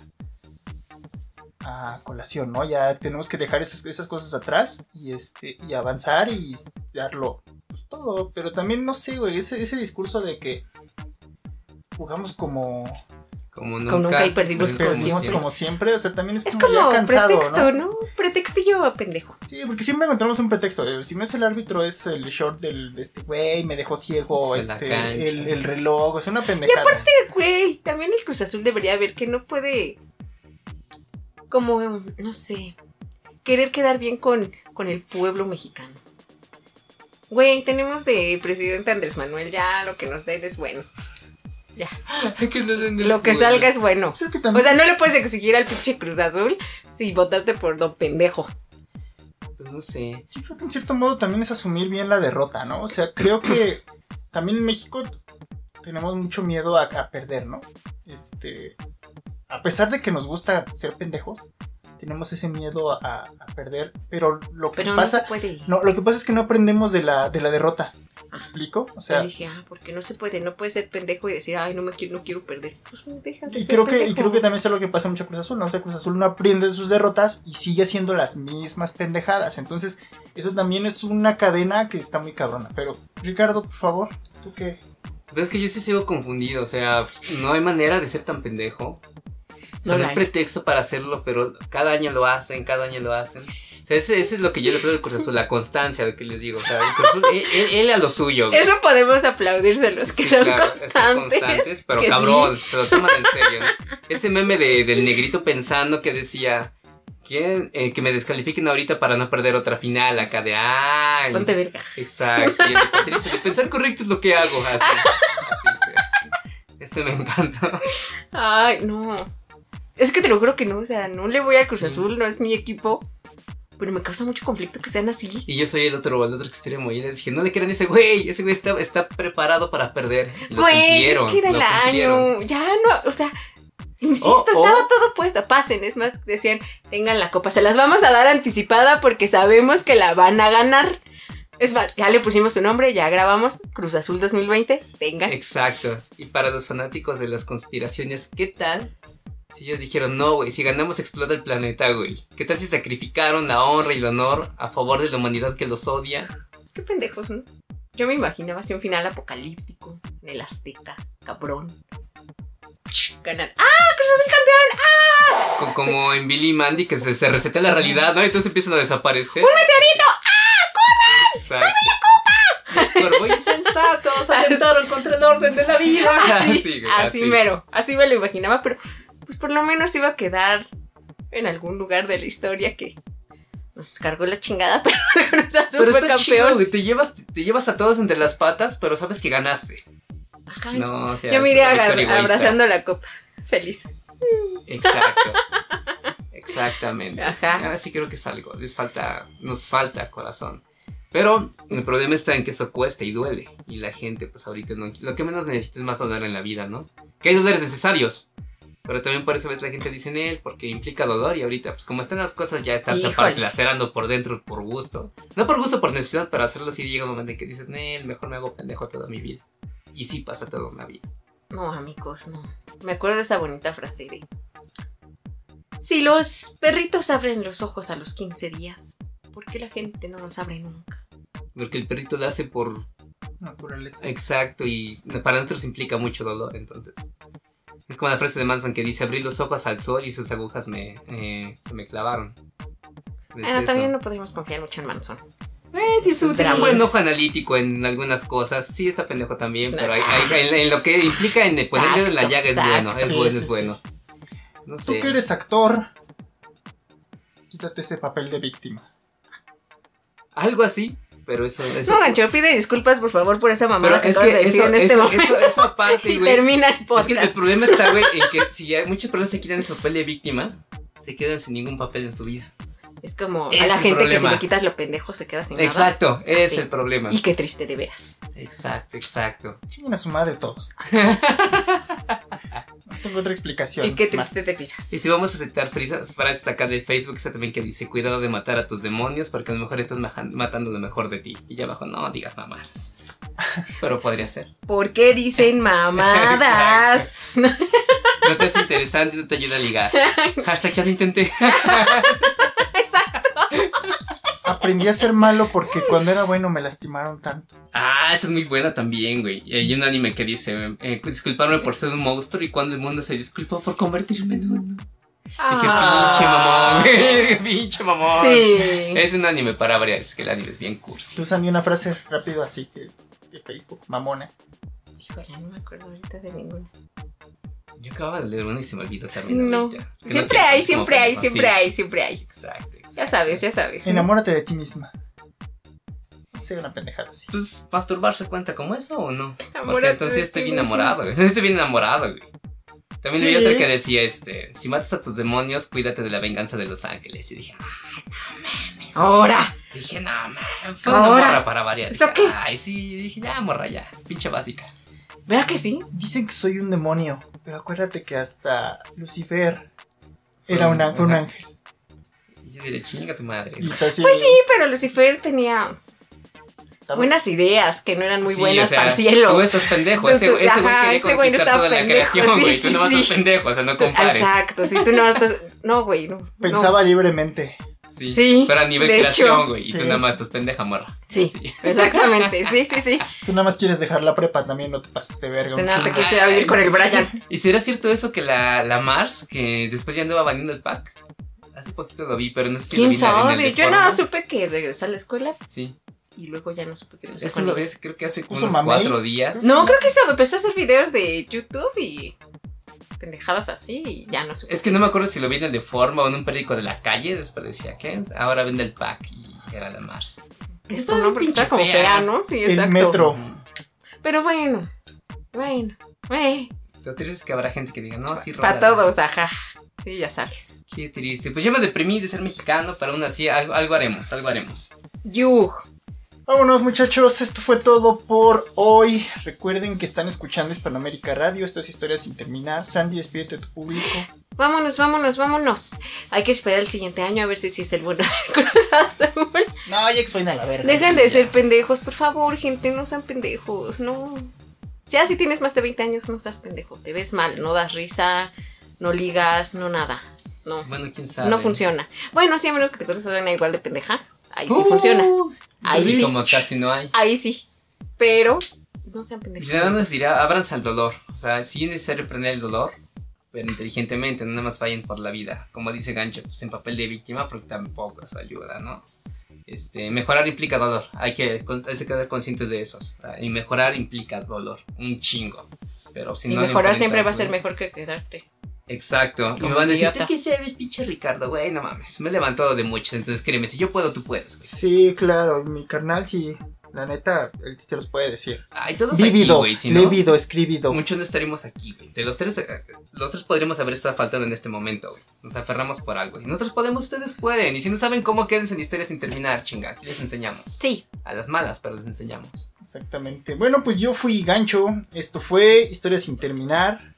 Speaker 1: a colación, ¿no? Ya tenemos que dejar esas, esas cosas atrás y, este, y avanzar y darlo pues, todo. Pero también, no sé, güey, ese, ese discurso de que jugamos como...
Speaker 5: Como nunca,
Speaker 4: Como nunca y perdimos
Speaker 5: pero como
Speaker 4: como
Speaker 1: Perdimos
Speaker 5: siempre.
Speaker 1: como siempre, o sea, también es
Speaker 4: Es
Speaker 1: como,
Speaker 4: como
Speaker 1: ya cansado, ¿no?
Speaker 4: pretexto, ¿no? Pretextillo pendejo.
Speaker 1: Sí, porque siempre encontramos un pretexto. eh, Si no es el árbitro, es el short del de este güey, me dejó ciego,
Speaker 5: En la cancha.
Speaker 1: este, el, el reloj, es una pendejada.
Speaker 4: Güey, también el Cruz Azul debería ver que no puede como, no sé, querer quedar bien con, con el pueblo mexicano. Güey, tenemos de presidente Andrés Manuel ya, lo que nos den es bueno.
Speaker 5: Que no den
Speaker 4: Lo que
Speaker 5: escuela.
Speaker 4: salga es bueno.
Speaker 1: Creo que
Speaker 4: O
Speaker 1: también.
Speaker 4: sea, no le puedes exigir al pinche Cruz Azul si votaste por don pendejo.
Speaker 5: Pues no sé.
Speaker 1: Yo creo que en cierto modo también es asumir bien la derrota, ¿no? O sea, creo que también en México tenemos mucho miedo a, a perder, ¿no? Este, a pesar de que nos gusta ser pendejos, tenemos ese miedo a, a perder, pero lo que
Speaker 4: Pero no
Speaker 1: pasa,
Speaker 4: se puede.
Speaker 1: no, lo que pasa es que no aprendemos de la, de la derrota. ¿Me explico? O
Speaker 4: Yo
Speaker 1: sea,
Speaker 4: dije, ah, porque no se puede, no puede ser pendejo y decir, ay, no me quiero, no quiero perder. Pues deja de
Speaker 1: y
Speaker 4: ser
Speaker 1: creo que y
Speaker 4: pendejo.
Speaker 1: creo que también es lo que pasa mucho a Cruz Azul, ¿no? O sea, Cruz Azul no aprende de sus derrotas y sigue haciendo las mismas pendejadas. Entonces, eso también es una cadena que está muy cabrona. Pero, Ricardo, por favor, tú qué
Speaker 5: Ves que yo sí sigo confundido, o sea, no hay manera de ser tan pendejo. O sea,
Speaker 4: No
Speaker 5: no
Speaker 4: la
Speaker 5: hay
Speaker 4: hay.
Speaker 5: pretexto para hacerlo, pero cada año lo hacen, cada año lo hacen. O sea, ese, ese es lo que yo le pido al Cruz Azul, la constancia de que les digo. O sea, el Cruz Azul, él, él- él a lo suyo. güey.
Speaker 4: Eso podemos aplaudírselos, que
Speaker 5: Sí,
Speaker 4: son
Speaker 5: claro,
Speaker 4: constantes.
Speaker 5: son constantes, pero
Speaker 4: que sí.
Speaker 5: cabrón, se lo toman en serio, ¿no? Ese meme de, del negrito pensando que decía ¿quién? Eh, que me descalifiquen ahorita para no perder otra final acá de ah, ay.
Speaker 4: Ponte verga.
Speaker 5: Exacto. Y el de Patricio, de pensar correcto es lo que hago, así. así sí. Ese me encantó.
Speaker 4: Ay, no. Es que te lo juro que no, o sea, no le voy al Cruz
Speaker 5: Sí.
Speaker 4: Azul, no es mi equipo. Pero me causa mucho conflicto que sean así.
Speaker 5: Y yo soy el otro, el otro extremo. Y les dije, no le crean a ese güey, ese güey está, está preparado para perder. Y lo
Speaker 4: Güey, es
Speaker 5: cumplieron,
Speaker 4: que era
Speaker 5: lo
Speaker 4: el
Speaker 5: cumplieron.
Speaker 4: año. Ya no, o sea, insisto,
Speaker 5: Oh, oh.
Speaker 4: estaba todo puesto. Pasen, es más, decían, tengan la copa. Se las vamos a dar anticipada porque sabemos que la van a ganar. Es más, ya le pusimos su nombre, ya grabamos Cruz Azul 2020. Tengan.
Speaker 5: Exacto. Y para los fanáticos de las conspiraciones, ¿qué tal? Si ellos dijeron, no, güey, si ganamos explota el planeta, güey. ¿Qué tal si sacrificaron la honra y el honor a favor de la humanidad que los odia?
Speaker 4: Pues qué pendejos, ¿no? Yo me imaginaba así un final apocalíptico en el Azteca, cabrón. Ganar. ¡Ah! ¡Cruz Azul campeón! ¡Ah!
Speaker 5: Co- como en Billy y Mandy, que se, se resetea la realidad, ¿no? Entonces empiezan a desaparecer.
Speaker 4: ¡Meteorito! ¡Ah,
Speaker 5: Exacto. Corvo insensatos, atentaron contra el orden de la vida.
Speaker 4: Así,
Speaker 5: güey,
Speaker 4: así mero. Así me lo imaginaba, pero pues por lo menos iba a quedar en algún lugar de la historia que nos cargó la chingada, pero Cruz Azul
Speaker 5: Pero
Speaker 4: fue
Speaker 5: está
Speaker 4: campeón.
Speaker 5: chido, güey. Te llevas, te llevas a todos entre las patas, pero sabes que ganaste.
Speaker 4: Ajá.
Speaker 5: No, o sea,
Speaker 4: Yo me
Speaker 5: es
Speaker 4: iré
Speaker 5: una
Speaker 4: agar-
Speaker 5: victoria egoísta.
Speaker 4: abrazando la copa. Feliz.
Speaker 5: Exacto. Exactamente.
Speaker 4: Ajá.
Speaker 5: Ahora sí creo que es algo. Les falta, nos falta corazón. Pero el problema está en que eso cuesta y duele. Y la gente, pues ahorita no. Lo que menos necesita es más dolor en la vida, ¿no? Que hay dolores necesarios. Pero también por eso ves la gente dice en él, porque implica dolor. Y ahorita, pues como están las cosas, ya está tan para
Speaker 4: Híjole.
Speaker 5: lacerando por dentro por gusto. No por gusto, por necesidad, pero hacerlo si llega un momento en que dices, Nel, mejor me hago pendejo toda mi vida. Y sí pasa toda una vida.
Speaker 4: No, amigos, no. Me acuerdo de esa bonita frase de... Si los perritos abren los ojos a los 15 días, ¿por qué la gente no los abre nunca?
Speaker 5: Porque el perrito lo hace por
Speaker 1: naturaleza.
Speaker 5: Exacto, y para nosotros implica mucho dolor, entonces. Es como la frase de Manson que dice, abrí los ojos al sol y sus agujas me, eh, se me clavaron. Es
Speaker 4: Ah, no,
Speaker 5: eso.
Speaker 4: también no podríamos confiar mucho en Manson.
Speaker 5: Eh, tiene un- tiene un
Speaker 4: Dramas.
Speaker 5: buen ojo analítico en algunas cosas. Sí, está pendejo también, pero hay- hay- en, en lo que implica en ponerle en la
Speaker 4: Exacto,
Speaker 5: llaga es
Speaker 4: exacto.
Speaker 5: bueno, es
Speaker 1: Sí,
Speaker 5: bueno,
Speaker 1: sí,
Speaker 5: es
Speaker 1: sí.
Speaker 5: bueno. No
Speaker 1: Tú
Speaker 5: sé.
Speaker 1: que eres actor, quítate ese papel de víctima.
Speaker 5: Algo así, pero eso... eso
Speaker 4: No, Gancho, pide disculpas, por favor, por esa
Speaker 5: pero
Speaker 4: mamada que
Speaker 5: es
Speaker 4: acabas
Speaker 5: que
Speaker 4: de decir
Speaker 5: eso,
Speaker 4: en este
Speaker 5: eso,
Speaker 4: momento.
Speaker 5: eso, eso aparte,
Speaker 4: y
Speaker 5: güey.
Speaker 4: termina el
Speaker 5: Es que el
Speaker 4: podcast.
Speaker 5: problema está, güey, en que si hay muchas personas se quitan ese papel de víctima, se quedan sin ningún papel en su vida.
Speaker 4: Es como
Speaker 5: Es
Speaker 4: a la
Speaker 5: el
Speaker 4: gente que si
Speaker 5: problema.
Speaker 4: le quitas lo pendejo se queda sin nada.
Speaker 5: Exacto, ese es
Speaker 4: Sí.
Speaker 5: el problema.
Speaker 4: Y qué triste, de veras.
Speaker 5: Exacto, exacto.
Speaker 1: Chinguen a su madre todos. no tengo otra explicación.
Speaker 4: Y qué
Speaker 1: más.
Speaker 4: triste te pillas.
Speaker 5: Y si vamos a aceptar frisa- frases acá de Facebook, está también que dice, cuidado de matar a tus demonios porque a lo mejor estás majan- matando lo mejor de ti. Y ya abajo, no digas mamadas. Pero podría ser.
Speaker 4: ¿Por qué dicen mamadas?
Speaker 5: No te es interesante, no te ayuda a ligar. Hashtag ya lo intenté.
Speaker 1: Aprendí a ser malo porque cuando era bueno me lastimaron tanto.
Speaker 5: Ah, esa es muy buena también, güey. Y Hay un anime que dice, eh, disculparme por ser un monstruo y cuando el mundo se disculpó por convertirme en uno. Dije, pinche mamón, güey, pinche mamón.
Speaker 4: Ah. Sí.
Speaker 5: Es un anime para variar, es que el anime es bien cursi.
Speaker 1: Tú usan una frase rápido así que de Facebook, mamona.
Speaker 4: Híjole, no me acuerdo ahorita de ninguna.
Speaker 5: Yo acababa de leer uno y se me olvidó también.
Speaker 4: No.
Speaker 5: ahorita. Que no
Speaker 4: Siempre
Speaker 5: te-
Speaker 4: hay,
Speaker 5: no,
Speaker 4: siempre hay,
Speaker 5: no,
Speaker 4: siempre
Speaker 5: sí.
Speaker 4: hay, siempre hay.
Speaker 5: Exacto, exacto.
Speaker 4: Ya sabes, eh. ya sabes.
Speaker 1: Enamórate de ti misma. No sea una pendejada así.
Speaker 5: Pues, ¿masturbarse cuenta como eso o no? Porque
Speaker 4: Enamórate
Speaker 5: entonces
Speaker 4: de
Speaker 5: yo estoy
Speaker 4: ti
Speaker 5: bien
Speaker 4: mismo.
Speaker 5: enamorado, güey. Estoy bien enamorado, güey. También vi
Speaker 1: Sí.
Speaker 5: otra que decía, este, si matas a tus demonios, cuídate de la venganza de los ángeles. Y dije, ah,
Speaker 4: Ahora.
Speaker 5: dije, no, man, fue una
Speaker 4: Ahora.
Speaker 5: morra para variar.
Speaker 4: ¿Eso
Speaker 5: Dije,
Speaker 4: qué?
Speaker 5: Ay, sí, dije, ya, morra, ya, pinche básica.
Speaker 4: ¿Verdad que sí?
Speaker 1: Dicen que soy un demonio, pero acuérdate que hasta Lucifer era
Speaker 5: Fue un-
Speaker 1: un, ángel- fue un
Speaker 5: un
Speaker 1: ángel.
Speaker 5: Y yo diré, chinga tu madre.
Speaker 1: Y está así.
Speaker 4: Pues sí, pero Lucifer tenía
Speaker 1: está-
Speaker 4: buenas ideas que no eran muy
Speaker 5: Sí,
Speaker 4: buenas
Speaker 5: o sea,
Speaker 4: para el cielo.
Speaker 5: Tú estás pendejo,
Speaker 4: Tú-
Speaker 5: ese,
Speaker 4: tú-
Speaker 5: ese güey
Speaker 4: ajá,
Speaker 5: quería
Speaker 4: ese güey no
Speaker 5: conquistar
Speaker 4: estaba
Speaker 5: toda la
Speaker 4: pendejo,
Speaker 5: creación,
Speaker 4: sí,
Speaker 5: güey. Tú
Speaker 4: sí,
Speaker 5: no vas a
Speaker 4: sí.
Speaker 5: pendejo, o sea, no compares.
Speaker 4: Exacto, sí, tú no estás... No, güey, no. no.
Speaker 1: Pensaba libremente.
Speaker 5: Sí,
Speaker 4: Sí,
Speaker 5: pero a nivel
Speaker 4: de
Speaker 5: creación,
Speaker 4: hecho.
Speaker 5: güey. Y tú
Speaker 1: Sí.
Speaker 5: nada más estás pendeja, morra.
Speaker 4: Sí, exactamente, sí, sí, sí.
Speaker 1: Tú nada más quieres dejar la prepa también, no te pases de verga. un
Speaker 4: Nada, te
Speaker 1: chingo.
Speaker 4: quisiera vivir con el Brian.
Speaker 5: ¿Y será cierto eso que la, la Mars, que después ya andaba valiendo el pack? Hace poquito lo vi, pero no sé si lo
Speaker 4: ¿Quién
Speaker 5: vi en la- en el
Speaker 4: sabe?
Speaker 5: de
Speaker 4: Yo
Speaker 5: Fórmula.
Speaker 4: no supe que regresó a la escuela
Speaker 5: Sí,
Speaker 4: y luego ya no supe que regresó.
Speaker 5: eso
Speaker 4: con
Speaker 5: lo
Speaker 4: ella.
Speaker 5: ves creo que hace
Speaker 1: ¿Puso
Speaker 5: unos
Speaker 1: mamey?
Speaker 5: cuatro días.
Speaker 4: No, creo que se empezó a hacer videos de YouTube y pendejadas así y ya no supe.
Speaker 5: Es que no me acuerdo si lo vi en el de forma o en un periódico de la calle, después decía, ¿qué? Ahora vende el pack y era la Mars.
Speaker 4: Esto Pues no, porque está como fea, ¿no? Sí,
Speaker 1: El
Speaker 4: exacto.
Speaker 1: metro.
Speaker 5: Mm.
Speaker 4: Pero bueno, bueno, eh,
Speaker 5: Lo triste es que habrá gente que diga, no, sí,
Speaker 4: para
Speaker 5: róbala.
Speaker 4: todos, ajá. Sí, ya sabes.
Speaker 5: Qué triste. Pues yo me deprimí de ser mexicano, pero aún así algo, algo haremos, algo haremos.
Speaker 4: Yuj.
Speaker 1: Vámonos muchachos, esto fue todo por hoy. Recuerden que están escuchando Hispanoamérica Radio, esto es Historias sin terminar. Sandy, despídete de tu público.
Speaker 4: Vámonos, vámonos, vámonos. Hay que esperar el siguiente año a ver si sí es el bueno de Cruz Azul.
Speaker 1: No, ya explain a la verga.
Speaker 4: Dejen de ser pendejos, por favor, gente, no sean pendejos, no. Ya si tienes más de 20 años, no seas pendejo, te ves mal, no das risa, no ligas, no nada. No,
Speaker 5: Bueno, quién sabe.
Speaker 4: no funciona. Bueno, sí, a menos que te conozcan igual de pendeja, ahí sí funciona, ahí
Speaker 5: Y
Speaker 4: sí,
Speaker 5: Pues Como casi no hay.
Speaker 4: ahí sí. Pero, no sean pendejos.
Speaker 5: Yo nada más dirá, ábranse al dolor. O sea, sí es necesario aprender el dolor, pero inteligentemente, no nada más vayan por la vida. Como dice Gancho, pues en papel de víctima, porque tampoco eso ayuda, ¿no? Este, mejorar implica dolor. Hay que, con- hay que quedar conscientes de eso. o sea, Y mejorar implica dolor. Un chingo. Pero si
Speaker 4: y
Speaker 5: no lo
Speaker 4: mejorar siempre va a
Speaker 5: enfrentas,
Speaker 4: ser
Speaker 5: güey.
Speaker 4: mejor que quedarte.
Speaker 5: Exacto. Y
Speaker 4: Como
Speaker 5: me van a decir,
Speaker 4: idiota.
Speaker 5: ¿tú qué sabes, pinche Ricardo? Güey, no mames. Me he levantado de muchos, entonces créeme, si yo puedo, tú puedes. güey.
Speaker 1: Sí, claro, mi carnal sí. La neta, él te los puede decir.
Speaker 5: Ay, todos aquí,
Speaker 1: Vívido,
Speaker 5: güey, si no,
Speaker 1: lévido, escribido.
Speaker 5: muchos no estaríamos aquí, güey. De los tres, eh, los tres podríamos haber estado faltando en este momento, güey. Nos aferramos por algo. Y nosotros podemos, ustedes pueden. Y si no saben cómo, quédense en historias sin terminar, chinga. Aquí les enseñamos.
Speaker 4: Sí,
Speaker 5: A las malas, pero les enseñamos.
Speaker 1: Exactamente. Bueno, pues yo fui Gancho. Esto fue Historias sin terminar.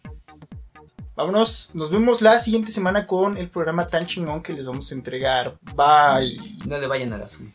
Speaker 1: Vámonos, nos vemos la siguiente semana con el programa tan chingón que les vamos a entregar. Bye.
Speaker 5: No le vayan al azul.